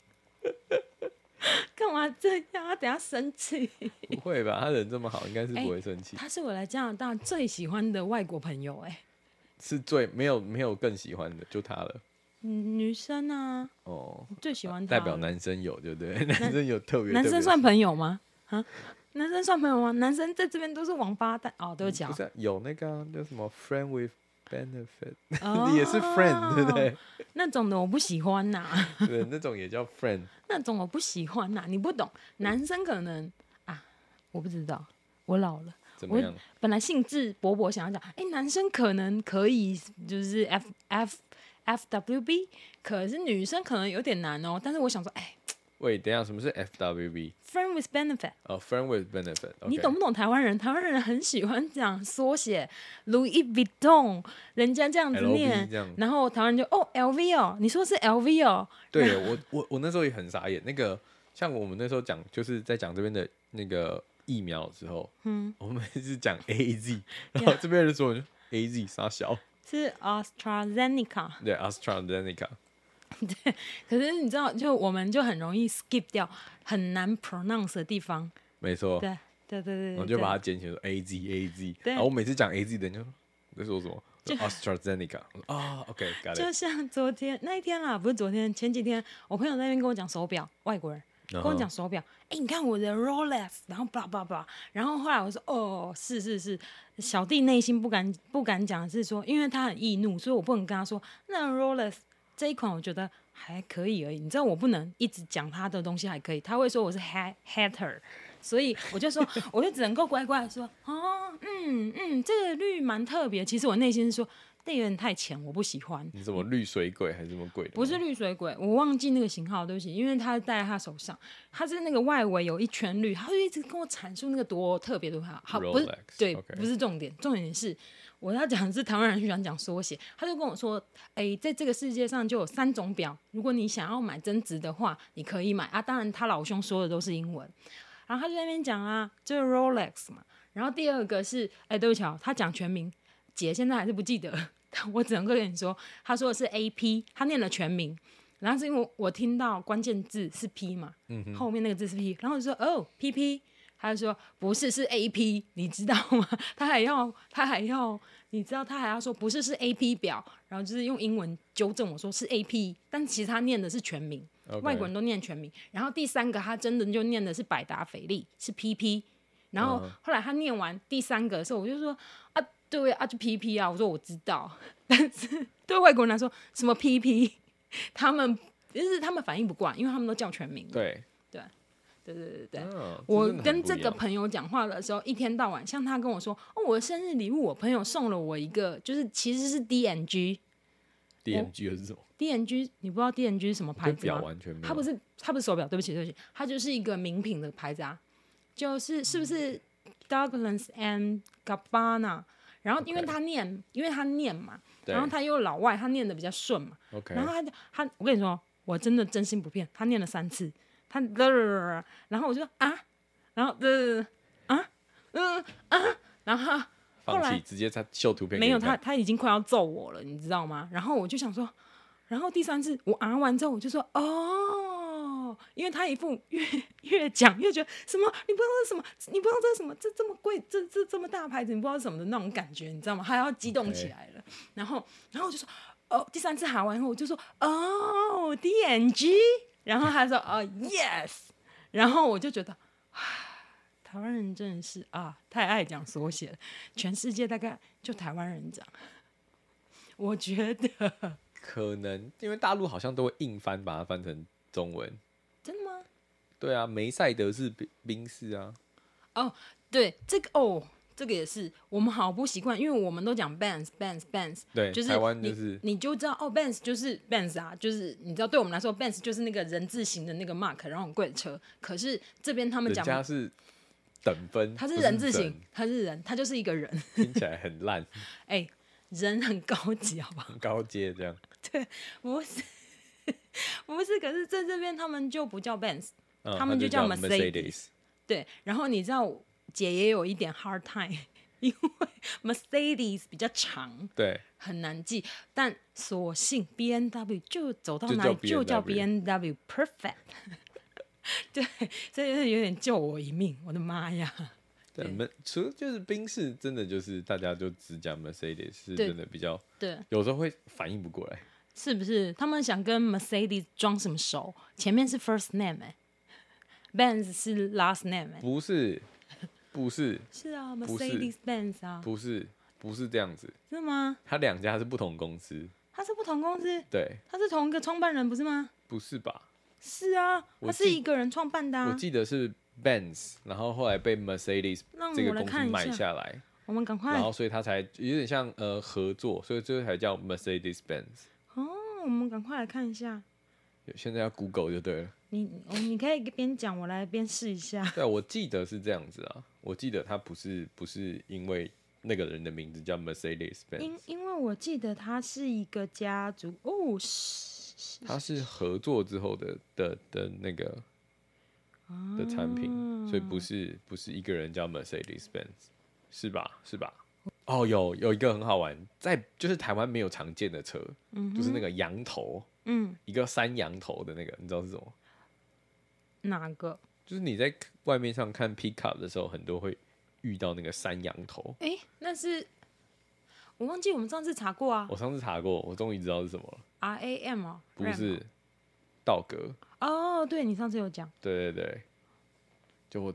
[SPEAKER 2] 好，干嘛这样？他等下生气。
[SPEAKER 1] 不会吧？他人这么好，应该是不会生气，
[SPEAKER 2] 哎他是我来加拿大最喜欢的外国朋友、哎，
[SPEAKER 1] 是最没有没有更喜欢的，就他了。
[SPEAKER 2] 嗯女生啊，
[SPEAKER 1] 哦，
[SPEAKER 2] 最喜欢他。
[SPEAKER 1] 代表男生有，对不对？男生有特别，
[SPEAKER 2] 男
[SPEAKER 1] 特别
[SPEAKER 2] 生算朋友吗？啊，男生算朋友吗？男生在这边都是王八蛋哦，对不起啊
[SPEAKER 1] 不，是啊有那个啊叫什么 friend with benefit，
[SPEAKER 2] 哦
[SPEAKER 1] 也是 friend，对不对？
[SPEAKER 2] 那种的我不喜欢呐、
[SPEAKER 1] 对，那种也叫 friend。
[SPEAKER 2] 那种我不喜欢呐、你不懂，男生可能啊，我不知道，我老了。
[SPEAKER 1] 怎么
[SPEAKER 2] 我
[SPEAKER 1] 样？
[SPEAKER 2] 本来兴致勃勃想要讲，哎、男生可能可以就是 F F F W B，可是女生可能有点难哦。但是我想说，哎、
[SPEAKER 1] 喂，等一下，什么是 FWB？
[SPEAKER 2] f r i e n d with benefit，、
[SPEAKER 1] 呃、f r i e n d with benefit，、o k
[SPEAKER 2] 你懂不懂台湾人？台湾人很喜欢讲缩写 Louis Vuitton，人家这样子
[SPEAKER 1] LV
[SPEAKER 2] 念
[SPEAKER 1] 这样，
[SPEAKER 2] 然后台湾人就哦 L V 哦，你说是 L V 哦，
[SPEAKER 1] 对我我我那时候也很傻眼。那个像我们那时候讲，就是在讲这边的那个疫苗的时候，嗯，我们是讲 A Z，然后这边人说 A Z 傻小，
[SPEAKER 2] 是 AstraZeneca。
[SPEAKER 1] 对 AstraZeneca，
[SPEAKER 2] 可是你知道，就我们就很容易 skip 掉很难 pronounce 的地方，
[SPEAKER 1] 没错，
[SPEAKER 2] 对对对对，
[SPEAKER 1] 我哦就
[SPEAKER 2] 对
[SPEAKER 1] 把它捡起来说 A Z A Z，
[SPEAKER 2] 对
[SPEAKER 1] 然后我每次讲 A Z 的人就说在说什么说 AstraZeneca，我说啊，OK，got、
[SPEAKER 2] 就
[SPEAKER 1] it，
[SPEAKER 2] 像昨天那一天啦，不是昨天，前几天我朋友在那边跟我讲手表，外国人
[SPEAKER 1] 嗯哼
[SPEAKER 2] 跟我讲手表，哎、你看我的 Rolex，然后叭叭叭，然后后来我说哦，是是是，小弟内心不敢不敢讲，是说因为他很易怒，所以我不能跟他说那 Rolex 这一款我觉得还可以而已，你知道我不能一直讲他的东西还可以，他会说我是 hat hater。所以我就说，我就只能够乖乖地说，哦，嗯嗯，这个绿蛮特别。其实我内心是说，那有点太浅，我不喜欢。
[SPEAKER 1] 你什么绿水鬼还是什么鬼的吗？
[SPEAKER 2] 不是绿水鬼，我忘记那个型号，对不起，因为他戴在他手上，他是那个外围有一圈绿，他就一直跟我阐述那个多特别多好，好不是
[SPEAKER 1] Rolex，
[SPEAKER 2] 对
[SPEAKER 1] OK
[SPEAKER 2] 不是重点，重点是我要讲的是台湾人喜欢讲缩写， 他就跟我说，诶，在这个世界上就有三种表，如果你想要买增值的话，你可以买啊，当然他老兄说的都是英文，然后他就在那边讲啊，就是 Rolex 嘛，然后第二个是，哎，对不起啊，他讲全名，姐现在还是不记得， 但我只能够跟你说，他说的是 A P，他念了全名，然后是因为我我听到关键字是 P 嘛，
[SPEAKER 1] 嗯
[SPEAKER 2] 后面那个字是 P，然后我就说哦 P P，他就说不是是 A P，你知道吗？他还要他还要你知道他还要说不是是 A P 表，然后就是用英文纠正我说是 A P，但其实他念的是全名
[SPEAKER 1] OK
[SPEAKER 2] 外国人都念全名。然后第三个他真的就念的是百达翡丽，是 P P。然后
[SPEAKER 1] 嗯
[SPEAKER 2] 后来他念完第三个的时候，我就说啊，对啊，就 P P 啊，我说我知道， 但是对外国人来说，什么 P P，他们就是他们反应不惯，因为他们都叫全名。
[SPEAKER 1] 对
[SPEAKER 2] 对对对对。
[SPEAKER 1] 嗯，
[SPEAKER 2] 我
[SPEAKER 1] 真的很
[SPEAKER 2] 跟
[SPEAKER 1] 不
[SPEAKER 2] 这
[SPEAKER 1] 一
[SPEAKER 2] 个
[SPEAKER 1] 样
[SPEAKER 2] 朋友讲话的时候，一天到晚，像他跟我说，哦，我的生日礼物，我朋友送了我一个，就是其实是 D N G，D
[SPEAKER 1] DMG 又是什么？
[SPEAKER 2] N G，你不知道 D N G 是什么牌
[SPEAKER 1] 跟
[SPEAKER 2] 子吗
[SPEAKER 1] 表？啊完全没有，
[SPEAKER 2] 它不是，它不是手表，对不起，对不起，它就是一个名品的牌子啊，就是是不
[SPEAKER 1] 嗯
[SPEAKER 2] 是 Douglas and Gabbana？然后因为
[SPEAKER 1] OK
[SPEAKER 2] 他念因为他念嘛，
[SPEAKER 1] 对
[SPEAKER 2] 然后他又老外，他念的比较顺嘛，
[SPEAKER 1] OK，
[SPEAKER 2] 然后他就他，我跟你说，我真的真心不骗，他念了三次，他， 然后我就说啊，然后呃啊嗯啊，然后他后
[SPEAKER 1] 放
[SPEAKER 2] 来
[SPEAKER 1] 弃，直接他秀图片给
[SPEAKER 2] 没有
[SPEAKER 1] 你看
[SPEAKER 2] 他，他已经快要揍我了，你知道吗？然后我就想说，然后第三次我啊完之后，我就说哦，因为他一副越越讲越觉得什么，你不知道这是什么，你不知道这是什么，这这么贵，这这这么大牌子，你不知道是什么的那种感觉，你知道吗？他要激动起
[SPEAKER 1] OK
[SPEAKER 2] 来了。然后，然后我就说哦，第三次喊完后，我就说哦，D N G，然后他说哦，yes，然后我就觉得。唉台湾人真的是啊，太爱讲缩写了，全世界大概就台湾人讲。我觉得
[SPEAKER 1] 可能因为大陆好像都会硬翻，把它翻成中文。
[SPEAKER 2] 真的吗？
[SPEAKER 1] 对啊，梅赛德是宾宾士啊，
[SPEAKER 2] 对，这个哦，这个也是我们好不习惯，因为我们都讲 Benz Benz Benz，
[SPEAKER 1] 对
[SPEAKER 2] 就是
[SPEAKER 1] 台湾就
[SPEAKER 2] 你
[SPEAKER 1] 是
[SPEAKER 2] 你就知道哦，Benz 就是 Benz 啊，就是你知道对我们来说，Benz 就是那个人字形的那个 mark，然后很贵的车。可是这边他们
[SPEAKER 1] 人
[SPEAKER 2] 讲
[SPEAKER 1] 家是等分，
[SPEAKER 2] 它
[SPEAKER 1] 不
[SPEAKER 2] 是
[SPEAKER 1] 是
[SPEAKER 2] 人字
[SPEAKER 1] 整
[SPEAKER 2] 形，，它是人，它就是一个人。
[SPEAKER 1] 听起来很烂，
[SPEAKER 2] 哎、人很高级，好不好？
[SPEAKER 1] 很高阶这样。
[SPEAKER 2] 不是，不是，可是在这边他们就不叫 Benz，
[SPEAKER 1] 嗯
[SPEAKER 2] 他们就
[SPEAKER 1] 就
[SPEAKER 2] 叫
[SPEAKER 1] Mercedes，
[SPEAKER 2] 对，然后你知道姐也有一点 hard time，因为 Mercedes 比较长，
[SPEAKER 1] 对，
[SPEAKER 2] 很难记。但索性 B N W 就走到
[SPEAKER 1] 就
[SPEAKER 2] 哪里
[SPEAKER 1] 叫
[SPEAKER 2] 就叫 B
[SPEAKER 1] B&W
[SPEAKER 2] N W perfect。对，所以就是有点救我一命，我的妈呀！
[SPEAKER 1] 对，门除了就是宾士，真的就是大家就只讲 Mercedes 是
[SPEAKER 2] 对
[SPEAKER 1] 真的比较，
[SPEAKER 2] 对，
[SPEAKER 1] 有时候会反应不过来。
[SPEAKER 2] 是不是？他们想跟 Mercedes 装什么熟？前面是 first name 哎、b e n z 是 last name 哎、
[SPEAKER 1] 不是， 不是，
[SPEAKER 2] 是啊
[SPEAKER 1] 不是
[SPEAKER 2] ，Mercedes Benz 啊，
[SPEAKER 1] 不是，不是这样子，
[SPEAKER 2] 是吗？
[SPEAKER 1] 它两家是不同公司，
[SPEAKER 2] 他是不同公司，
[SPEAKER 1] 对，
[SPEAKER 2] 他是同一个创办人不是吗？
[SPEAKER 1] 不是吧？
[SPEAKER 2] 是啊，
[SPEAKER 1] 我
[SPEAKER 2] 他是
[SPEAKER 1] 记
[SPEAKER 2] 一个人创办的、
[SPEAKER 1] 我
[SPEAKER 2] 啊。
[SPEAKER 1] 记得是 Benz，然后后来被 Mercedes
[SPEAKER 2] 让
[SPEAKER 1] 这个
[SPEAKER 2] 我来
[SPEAKER 1] 公司
[SPEAKER 2] 看一
[SPEAKER 1] 买
[SPEAKER 2] 下哎
[SPEAKER 1] 下来，
[SPEAKER 2] 我们赶快
[SPEAKER 1] 然后所以它才有点像呃合作，所以最后才叫 Mercedes Benz。
[SPEAKER 2] 哦，我们赶快来看一下。
[SPEAKER 1] 现在要 Google 就对了。
[SPEAKER 2] 你哦你可以边讲，我来边试 一下。
[SPEAKER 1] 对啊，我记得是这样子啊，我记得它不是不是因为那个人的名字叫 Mercedes Benz，
[SPEAKER 2] 因因为我记得他是一个家族哦，是是
[SPEAKER 1] 它是合作之后的的的那个的产品，所以
[SPEAKER 2] 啊
[SPEAKER 1] 不是不是一个人叫 Mercedes Benz，是吧？是吧？哦，有有一个很好玩，在就是台湾没有常见的车，就是那个羊头，
[SPEAKER 2] 嗯
[SPEAKER 1] 一个山羊头的那个，你知道是什么？
[SPEAKER 2] 哪个？
[SPEAKER 1] 就是你在外面上看 pickup 的时候，很多会遇到那个山羊头。
[SPEAKER 2] 诶，那是我忘记我们上次查过啊
[SPEAKER 1] 我上次查过，我终于知道是什么了，
[SPEAKER 2] ，R A M 哦，
[SPEAKER 1] 哦不
[SPEAKER 2] RAM
[SPEAKER 1] 是道格。
[SPEAKER 2] 哦，哦对你上次有讲
[SPEAKER 1] 对对对，就我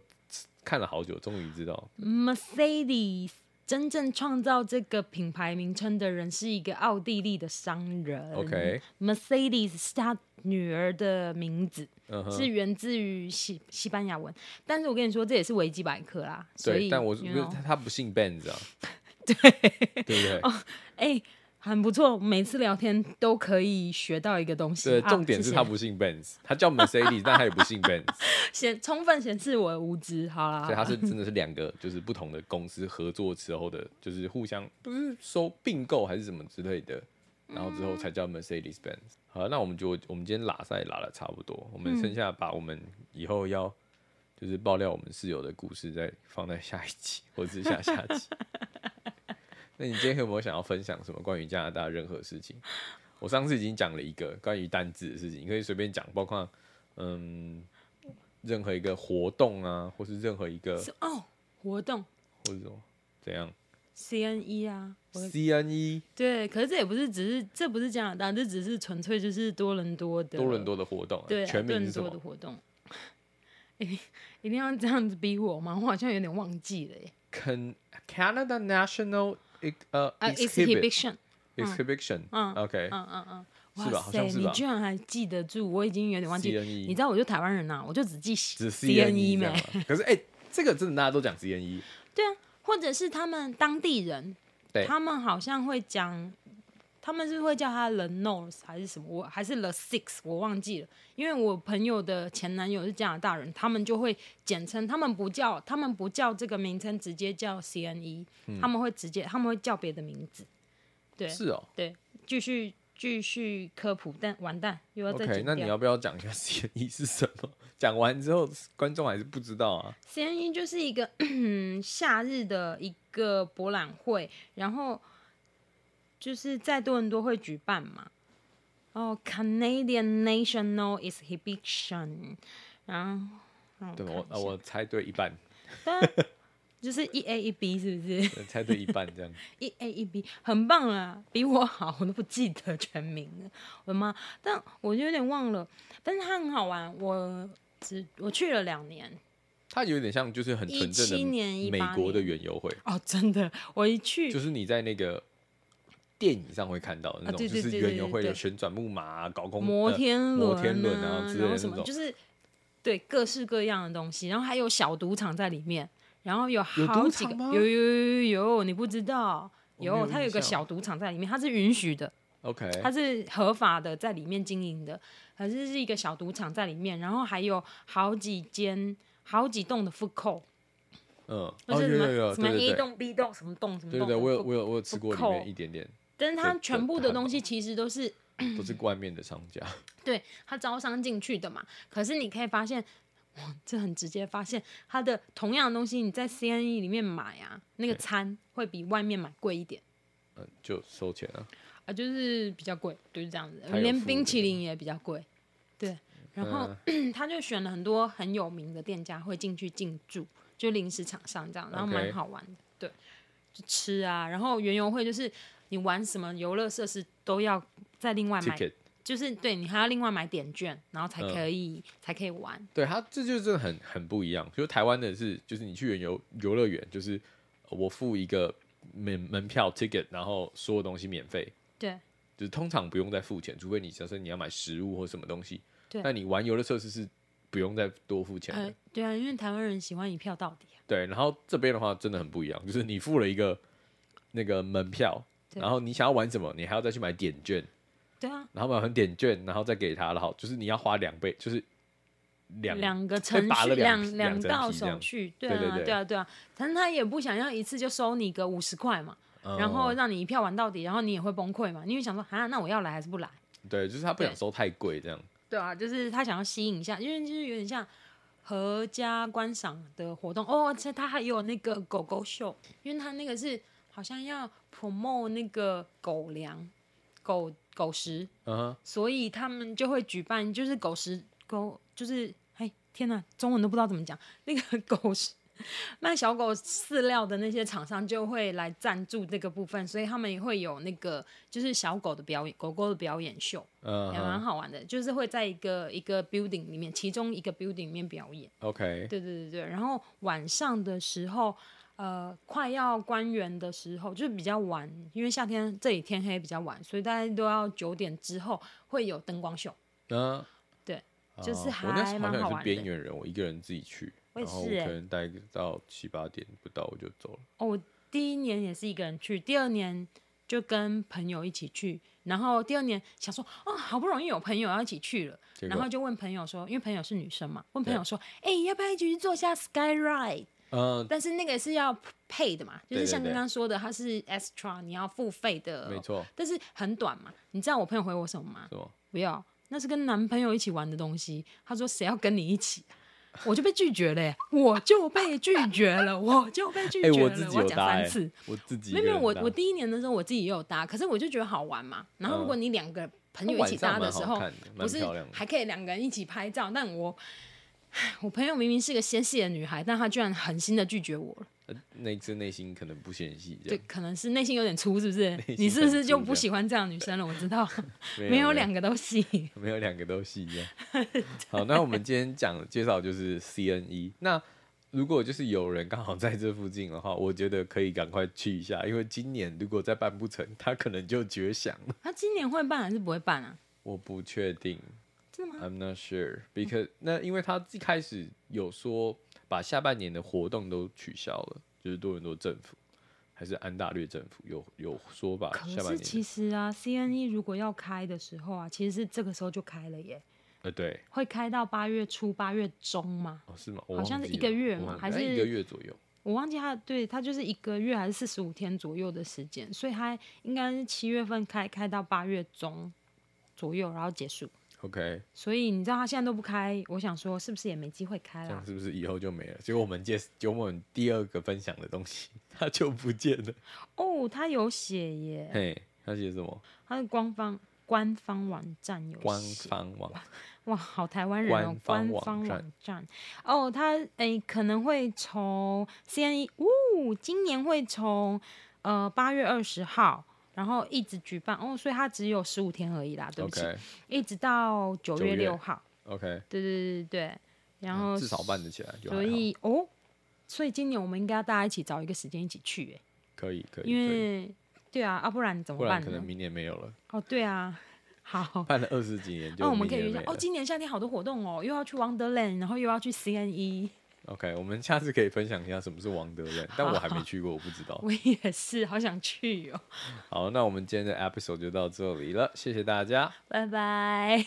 [SPEAKER 1] 看了好久，终于知道
[SPEAKER 2] Mercedes。真正创造这个品牌名称的人是一个奥地利的商人。
[SPEAKER 1] OK
[SPEAKER 2] Mercedes 是他女儿的名字。
[SPEAKER 1] 嗯哼，
[SPEAKER 2] 是源自于西西班牙文，但是我跟你说，这也是维基百科啦，所以
[SPEAKER 1] 对，但我
[SPEAKER 2] you
[SPEAKER 1] 不是
[SPEAKER 2] know
[SPEAKER 1] 他他不姓 Benz 啊，对对不对？
[SPEAKER 2] 哎、很不错，每次聊天都可以学到一个东西。
[SPEAKER 1] 对，
[SPEAKER 2] 啊
[SPEAKER 1] 重点是
[SPEAKER 2] 谢谢
[SPEAKER 1] 他不姓 Benz，他叫 Mercedes，但他也不姓 Benz，
[SPEAKER 2] 显充分显示我的无知。好啦，
[SPEAKER 1] 所以他是啊真的是两个就是不同的公司合作之后的，就是互相不是收并购还是什么之类的，然后之后才叫 Mercedes Benz。好，那我们就我们今天拉赛拉的差不多，我们剩下把我们以后要就是爆料我们室友的故事再放在下一集或者是下下集。那你今天有没有想要分享什么关于加拿大任何事情？我上次已经讲了一个关于单字的事情，你可以随便讲，包括嗯任何一个活动啊，或是任何一个
[SPEAKER 2] 是哦，活动
[SPEAKER 1] 或者什么怎样？E
[SPEAKER 2] CNE 啊，我
[SPEAKER 1] CNE
[SPEAKER 2] 对，可是这也不是只是这不是加拿大，这只是纯粹就是多伦多的
[SPEAKER 1] 多伦多的活动、啊，
[SPEAKER 2] 对啊
[SPEAKER 1] 全名
[SPEAKER 2] 多伦
[SPEAKER 1] 是什
[SPEAKER 2] 多的
[SPEAKER 1] 么？
[SPEAKER 2] 活动。一定一定要这样子逼我吗？我好像有点忘记了耶。
[SPEAKER 1] Can Canada National Ex- 呃
[SPEAKER 2] 啊
[SPEAKER 1] Exhibit
[SPEAKER 2] ，exhibition，
[SPEAKER 1] Exhibition
[SPEAKER 2] 嗯
[SPEAKER 1] OK
[SPEAKER 2] 嗯嗯嗯，
[SPEAKER 1] 是吧
[SPEAKER 2] 哇
[SPEAKER 1] 好
[SPEAKER 2] 塞，
[SPEAKER 1] 像是
[SPEAKER 2] 你
[SPEAKER 1] 吧
[SPEAKER 2] 居然还记得住，我已经有点忘记。
[SPEAKER 1] CNE
[SPEAKER 2] 你知道，我就台湾人呐、我就只记
[SPEAKER 1] 只这
[SPEAKER 2] CNE 没
[SPEAKER 1] 样。啊。可是哎，这个真的大家都讲 E CNE，
[SPEAKER 2] E 对啊，或者是他们当地人
[SPEAKER 1] 对，
[SPEAKER 2] 他们好像会讲，他们是会叫他 the North 还是什么，我还是 the Six，我忘记了。因为我朋友的前男友是加拿大人，他们就会简称，他们不叫，他们不叫这个名称，直接叫 CNE，、他
[SPEAKER 1] 嗯
[SPEAKER 2] 们会直接，他们会叫别的名字。对
[SPEAKER 1] 是哦。
[SPEAKER 2] 对，继续继续科普，但完蛋又要再
[SPEAKER 1] OK，
[SPEAKER 2] 剪
[SPEAKER 1] 那
[SPEAKER 2] 掉。
[SPEAKER 1] 你要不要讲一下 CNE 是什么？讲完之后，观众还是不知道啊。
[SPEAKER 2] CNE 就是一个 夏日的一个博览会，然后就是在多伦多会举办嘛。哦、c a n a d i a n National Exhibition，然后让
[SPEAKER 1] 对，
[SPEAKER 2] 我
[SPEAKER 1] 我
[SPEAKER 2] 看
[SPEAKER 1] 呃
[SPEAKER 2] 一下
[SPEAKER 1] 我猜对一半，
[SPEAKER 2] 就是一 A 一 B 是不是？
[SPEAKER 1] 猜对一半这样。
[SPEAKER 2] 一 A 一 B 很棒啊，比我好，我都不记得全名了，我的妈！但我就有点忘了，但是它很好玩，我只我去了两年，
[SPEAKER 1] 它有点像就是很纯正
[SPEAKER 2] 17年
[SPEAKER 1] 的
[SPEAKER 2] 18
[SPEAKER 1] 美国的园游会，
[SPEAKER 2] 哦，真的，我一 去
[SPEAKER 1] 就是你在那个电影上会看到的那
[SPEAKER 2] 啊
[SPEAKER 1] 种，
[SPEAKER 2] 对对
[SPEAKER 1] 就是
[SPEAKER 2] 对
[SPEAKER 1] 园游
[SPEAKER 2] 对
[SPEAKER 1] 会有
[SPEAKER 2] 对
[SPEAKER 1] 旋转木马啊、高空
[SPEAKER 2] 摩
[SPEAKER 1] 呃
[SPEAKER 2] 天轮、啊、
[SPEAKER 1] 摩天轮啊之类的
[SPEAKER 2] 然后
[SPEAKER 1] 那
[SPEAKER 2] 什么
[SPEAKER 1] 种
[SPEAKER 2] 就是对各式各样的东西，然后还有小赌场在里面，然后有
[SPEAKER 1] 有
[SPEAKER 2] 好
[SPEAKER 1] 赌
[SPEAKER 2] 几个
[SPEAKER 1] 场吗
[SPEAKER 2] 有有有有有，你不知道。
[SPEAKER 1] 我没有
[SPEAKER 2] 有，它有一
[SPEAKER 1] 印
[SPEAKER 2] 个
[SPEAKER 1] 象
[SPEAKER 2] 小赌场在里面，它是允许的，
[SPEAKER 1] OK，
[SPEAKER 2] 它是合法的，在里面经营的，可是是一个小赌场在里面，然后还有好几间、好几栋的 food court，
[SPEAKER 1] 嗯，
[SPEAKER 2] 就
[SPEAKER 1] 哦
[SPEAKER 2] 是
[SPEAKER 1] 有
[SPEAKER 2] 什么、
[SPEAKER 1] 有有，
[SPEAKER 2] 什
[SPEAKER 1] 对
[SPEAKER 2] 么
[SPEAKER 1] 对
[SPEAKER 2] A
[SPEAKER 1] 对，
[SPEAKER 2] 栋、B 栋、什么栋、什么
[SPEAKER 1] 对
[SPEAKER 2] 栋
[SPEAKER 1] 对
[SPEAKER 2] 的
[SPEAKER 1] 对，我有
[SPEAKER 2] food-
[SPEAKER 1] 我有我有吃过里
[SPEAKER 2] food
[SPEAKER 1] 面
[SPEAKER 2] court
[SPEAKER 1] 一点点，
[SPEAKER 2] 但是它
[SPEAKER 1] 对对
[SPEAKER 2] 全部
[SPEAKER 1] 它
[SPEAKER 2] 的
[SPEAKER 1] 很
[SPEAKER 2] 东西其实都是
[SPEAKER 1] 都是外面的商 家，
[SPEAKER 2] 对他招商进去的嘛。可是你可以发现，哇，这很直接发现它的同样的东西，你在 CNE 里面买啊，那个餐会比外面买贵一点
[SPEAKER 1] 嗯，就收钱啊。
[SPEAKER 2] 啊，就是比较贵，就是这样子
[SPEAKER 1] 还。有
[SPEAKER 2] 连
[SPEAKER 1] 服务
[SPEAKER 2] 冰淇
[SPEAKER 1] 的
[SPEAKER 2] 淋也比较贵，
[SPEAKER 1] 嗯
[SPEAKER 2] 对。然后、他就选了很多很有名的店家会进去进驻，就零食厂商这样，然后
[SPEAKER 1] OK
[SPEAKER 2] 蛮好玩的。对，就吃啊，然后园游会就是你玩什么游乐设施都要再另外买
[SPEAKER 1] ticket，
[SPEAKER 2] 就是对你还要另外买点券，然后才可以、
[SPEAKER 1] 嗯
[SPEAKER 2] 才可以玩。
[SPEAKER 1] 对它这就真的很很不一样。就是台湾的是，就是你去园游游乐园，就是呃我付一个门门票 ticket，然后所有东西免费，
[SPEAKER 2] 对，呃
[SPEAKER 1] 就是通常不用再付钱，除非你假设你要买食物或什么东西。
[SPEAKER 2] 对
[SPEAKER 1] 那你玩游乐设施是不用再多付钱的。
[SPEAKER 2] 呃，对啊，因为台湾人喜欢一票到底、啊。
[SPEAKER 1] 对，然后这边的话真的很不一样，就是你付了一个那个门票，
[SPEAKER 2] 对
[SPEAKER 1] 然后你想要玩什么，你还要再去买点券，
[SPEAKER 2] 对啊，
[SPEAKER 1] 然后买完点券，然后再给他，然后就是你要花两倍，就是两
[SPEAKER 2] 两个程
[SPEAKER 1] 拔
[SPEAKER 2] 序，
[SPEAKER 1] 了两两
[SPEAKER 2] 两
[SPEAKER 1] 层
[SPEAKER 2] 道
[SPEAKER 1] 皮这
[SPEAKER 2] 手
[SPEAKER 1] 样
[SPEAKER 2] 续，对
[SPEAKER 1] 对对
[SPEAKER 2] 啊，
[SPEAKER 1] 对
[SPEAKER 2] 对啊，对啊。反正他也不想要一次就收你个五十块嘛，然后
[SPEAKER 1] 嗯
[SPEAKER 2] 让你一票玩到底，然后你也会崩溃嘛，因为想说啊，那我要来还是不来？
[SPEAKER 1] 对，就是他不想
[SPEAKER 2] 对
[SPEAKER 1] 收太贵这样。
[SPEAKER 2] 对啊，就是他想要吸引一下，因为就是有点像合家观赏的活动哦。这他还有那个狗狗秀，因为他那个是好像要 promote 那个狗粮、狗狗食，
[SPEAKER 1] 嗯哼，
[SPEAKER 2] 所以他们就会举办就是狗食狗就是哎天哪，中文都不知道怎么讲，那个 狗食。卖小狗饲料的那些厂商就会来赞助这个部分，所以他们也会有那个就是小狗的表演、狗狗的表演秀。
[SPEAKER 1] 嗯
[SPEAKER 2] 也蛮
[SPEAKER 1] 哼
[SPEAKER 2] 好玩的，就是会在一个一个 building 里面，其中一个 building 里面表演。
[SPEAKER 1] ，OK，
[SPEAKER 2] 对对对对，然后晚上的时候，呃，快要关园的时候，就是比较晚，因为夏天这里天黑比较晚，所以大家都要九点之后会有灯光秀。
[SPEAKER 1] 嗯，
[SPEAKER 2] 对，
[SPEAKER 1] 啊
[SPEAKER 2] 就是还
[SPEAKER 1] 我那时候好
[SPEAKER 2] 蛮好
[SPEAKER 1] 像也
[SPEAKER 2] 玩
[SPEAKER 1] 是
[SPEAKER 2] 的
[SPEAKER 1] 边缘人，我一个人自己去，
[SPEAKER 2] 我也
[SPEAKER 1] 然后我
[SPEAKER 2] 是欸
[SPEAKER 1] 可能待到七八点不到我就走了。
[SPEAKER 2] 哦，我第一年也是一个人去，第二年就跟朋友一起去，然后第二年想说，哦，好不容易有朋友要一起去了，
[SPEAKER 1] 结
[SPEAKER 2] 然后
[SPEAKER 1] 果，
[SPEAKER 2] 就问朋友说，因为朋友是女生嘛，问朋
[SPEAKER 1] 对
[SPEAKER 2] 友说，哎、要不要一起去坐一下 sky ride？
[SPEAKER 1] 嗯，
[SPEAKER 2] 但是那个是要配的嘛，就
[SPEAKER 1] 对
[SPEAKER 2] 是
[SPEAKER 1] 对
[SPEAKER 2] 像
[SPEAKER 1] 对
[SPEAKER 2] 刚刚说的，它是 extra，你要付费的，
[SPEAKER 1] 没。错，
[SPEAKER 2] 但是很短嘛，你知道我朋友回我什么吗？
[SPEAKER 1] 是吗？
[SPEAKER 2] 不要，那是跟男朋友一起玩的东西。他说谁要跟你一起啊、我就被拒绝了耶，我就被拒绝了，我就被拒绝
[SPEAKER 1] 哎，
[SPEAKER 2] 了。
[SPEAKER 1] 我自己
[SPEAKER 2] 要
[SPEAKER 1] 有
[SPEAKER 2] 讲
[SPEAKER 1] 搭
[SPEAKER 2] 三
[SPEAKER 1] 哎
[SPEAKER 2] 次，，
[SPEAKER 1] 我自己一
[SPEAKER 2] 没有
[SPEAKER 1] 个
[SPEAKER 2] 没有，
[SPEAKER 1] 人
[SPEAKER 2] 我
[SPEAKER 1] 搭
[SPEAKER 2] 我第一年的时候我自己也有搭，可是我就觉得好玩嘛。然后如果你两个朋友一起搭的时
[SPEAKER 1] 嗯
[SPEAKER 2] 候
[SPEAKER 1] 它晚上蛮好看的，蛮
[SPEAKER 2] 不是
[SPEAKER 1] 漂亮的
[SPEAKER 2] 还可以两个人一起拍照？但我，唉我朋友明明是个纤细的女孩，但她居然狠心的拒绝我了。
[SPEAKER 1] 呃那只内心可能不嫌弃这
[SPEAKER 2] 对，
[SPEAKER 1] 样，
[SPEAKER 2] 可能是内心有点粗，是不是？
[SPEAKER 1] 心
[SPEAKER 2] 你是不是
[SPEAKER 1] 很
[SPEAKER 2] 就
[SPEAKER 1] 粗这
[SPEAKER 2] 不喜欢这样的女生了？我知道，
[SPEAKER 1] 没
[SPEAKER 2] 没有
[SPEAKER 1] 有
[SPEAKER 2] 两个都喜。
[SPEAKER 1] 没有两个都是一样。 好，那我们今天讲介绍就是 CNE。那如果就是有人刚好在这附近的话，我觉得可以赶快去一下，因为今年如果再办不成，他可能就绝响了。
[SPEAKER 2] 他今年会办还是不会办啊？
[SPEAKER 1] 我不确定
[SPEAKER 2] 真的吗？
[SPEAKER 1] ，I'm not
[SPEAKER 2] 嗯
[SPEAKER 1] sure because 那因为他一开始有说把下半年的活动都取消了，就是多伦多政府还是安大略政府有有说把
[SPEAKER 2] 可
[SPEAKER 1] 下半
[SPEAKER 2] 是其
[SPEAKER 1] 年
[SPEAKER 2] 实啊，CNE 如果要开的时候啊，其实是这个时候就开了耶，
[SPEAKER 1] 呃对
[SPEAKER 2] 会开到八月初、八月中嘛。
[SPEAKER 1] 哦是吗？我
[SPEAKER 2] 好像
[SPEAKER 1] 忘
[SPEAKER 2] 是
[SPEAKER 1] 记
[SPEAKER 2] 一个
[SPEAKER 1] 了
[SPEAKER 2] 月
[SPEAKER 1] 我
[SPEAKER 2] 嘛
[SPEAKER 1] 忘记
[SPEAKER 2] 还
[SPEAKER 1] 了哎
[SPEAKER 2] 是
[SPEAKER 1] 一个月左右？
[SPEAKER 2] 我忘记他，对他就是一个月还是四十五天左右的时间，所以他应该是七月份开，开到八月中左右，然后结束。
[SPEAKER 1] OK，
[SPEAKER 2] 所以你知道他现在都不开，我想说是不是也没机会开
[SPEAKER 1] 这
[SPEAKER 2] 啦
[SPEAKER 1] 样？是不是以后就没了？结果我们介，结果我们第二个分享的东西，它就不见了。
[SPEAKER 2] 哦，他有写耶，
[SPEAKER 1] 嘿，它写什么？
[SPEAKER 2] 他的官方官方网站有
[SPEAKER 1] 官
[SPEAKER 2] 写
[SPEAKER 1] 方网
[SPEAKER 2] 哦哇，好台湾人哦，
[SPEAKER 1] 官
[SPEAKER 2] 官
[SPEAKER 1] 方
[SPEAKER 2] 方
[SPEAKER 1] 网站
[SPEAKER 2] 网站哦，他诶、可能会从 CNE，呜、今年会从呃八月二十号，然后一直举办哦，所以它只有十五天而已啦，对不起
[SPEAKER 1] OK
[SPEAKER 2] 一直到九
[SPEAKER 1] 9
[SPEAKER 2] 月
[SPEAKER 1] 月
[SPEAKER 2] 六号，
[SPEAKER 1] OK，
[SPEAKER 2] 对对对对对，然
[SPEAKER 1] 嗯
[SPEAKER 2] 后、
[SPEAKER 1] 至少办得起来就还
[SPEAKER 2] 所
[SPEAKER 1] 好，
[SPEAKER 2] 以哦，所以今年我们应该要大家一起找一个时间一起去、诶，
[SPEAKER 1] 可以可以，
[SPEAKER 2] 因
[SPEAKER 1] 可以
[SPEAKER 2] 为对啊，啊不然怎
[SPEAKER 1] 不
[SPEAKER 2] 么
[SPEAKER 1] 然
[SPEAKER 2] 办
[SPEAKER 1] 可能
[SPEAKER 2] 呢？
[SPEAKER 1] 明年没有了，
[SPEAKER 2] 哦，对啊，好。
[SPEAKER 1] 办了二十几年就
[SPEAKER 2] 那、我
[SPEAKER 1] 明
[SPEAKER 2] 们可以
[SPEAKER 1] 年
[SPEAKER 2] 约一
[SPEAKER 1] 没
[SPEAKER 2] 下
[SPEAKER 1] 了。
[SPEAKER 2] 哦，今年夏天好多活动哦，又要去 Wonderland，然后又要去 E，CNE，
[SPEAKER 1] OK，我们下次可以分享一下什么是王德人，但我还没去过，我不知道。
[SPEAKER 2] 我也是好想去哦，
[SPEAKER 1] 好，那我们今天的 episode 就到这里了，谢谢大家。
[SPEAKER 2] 拜拜。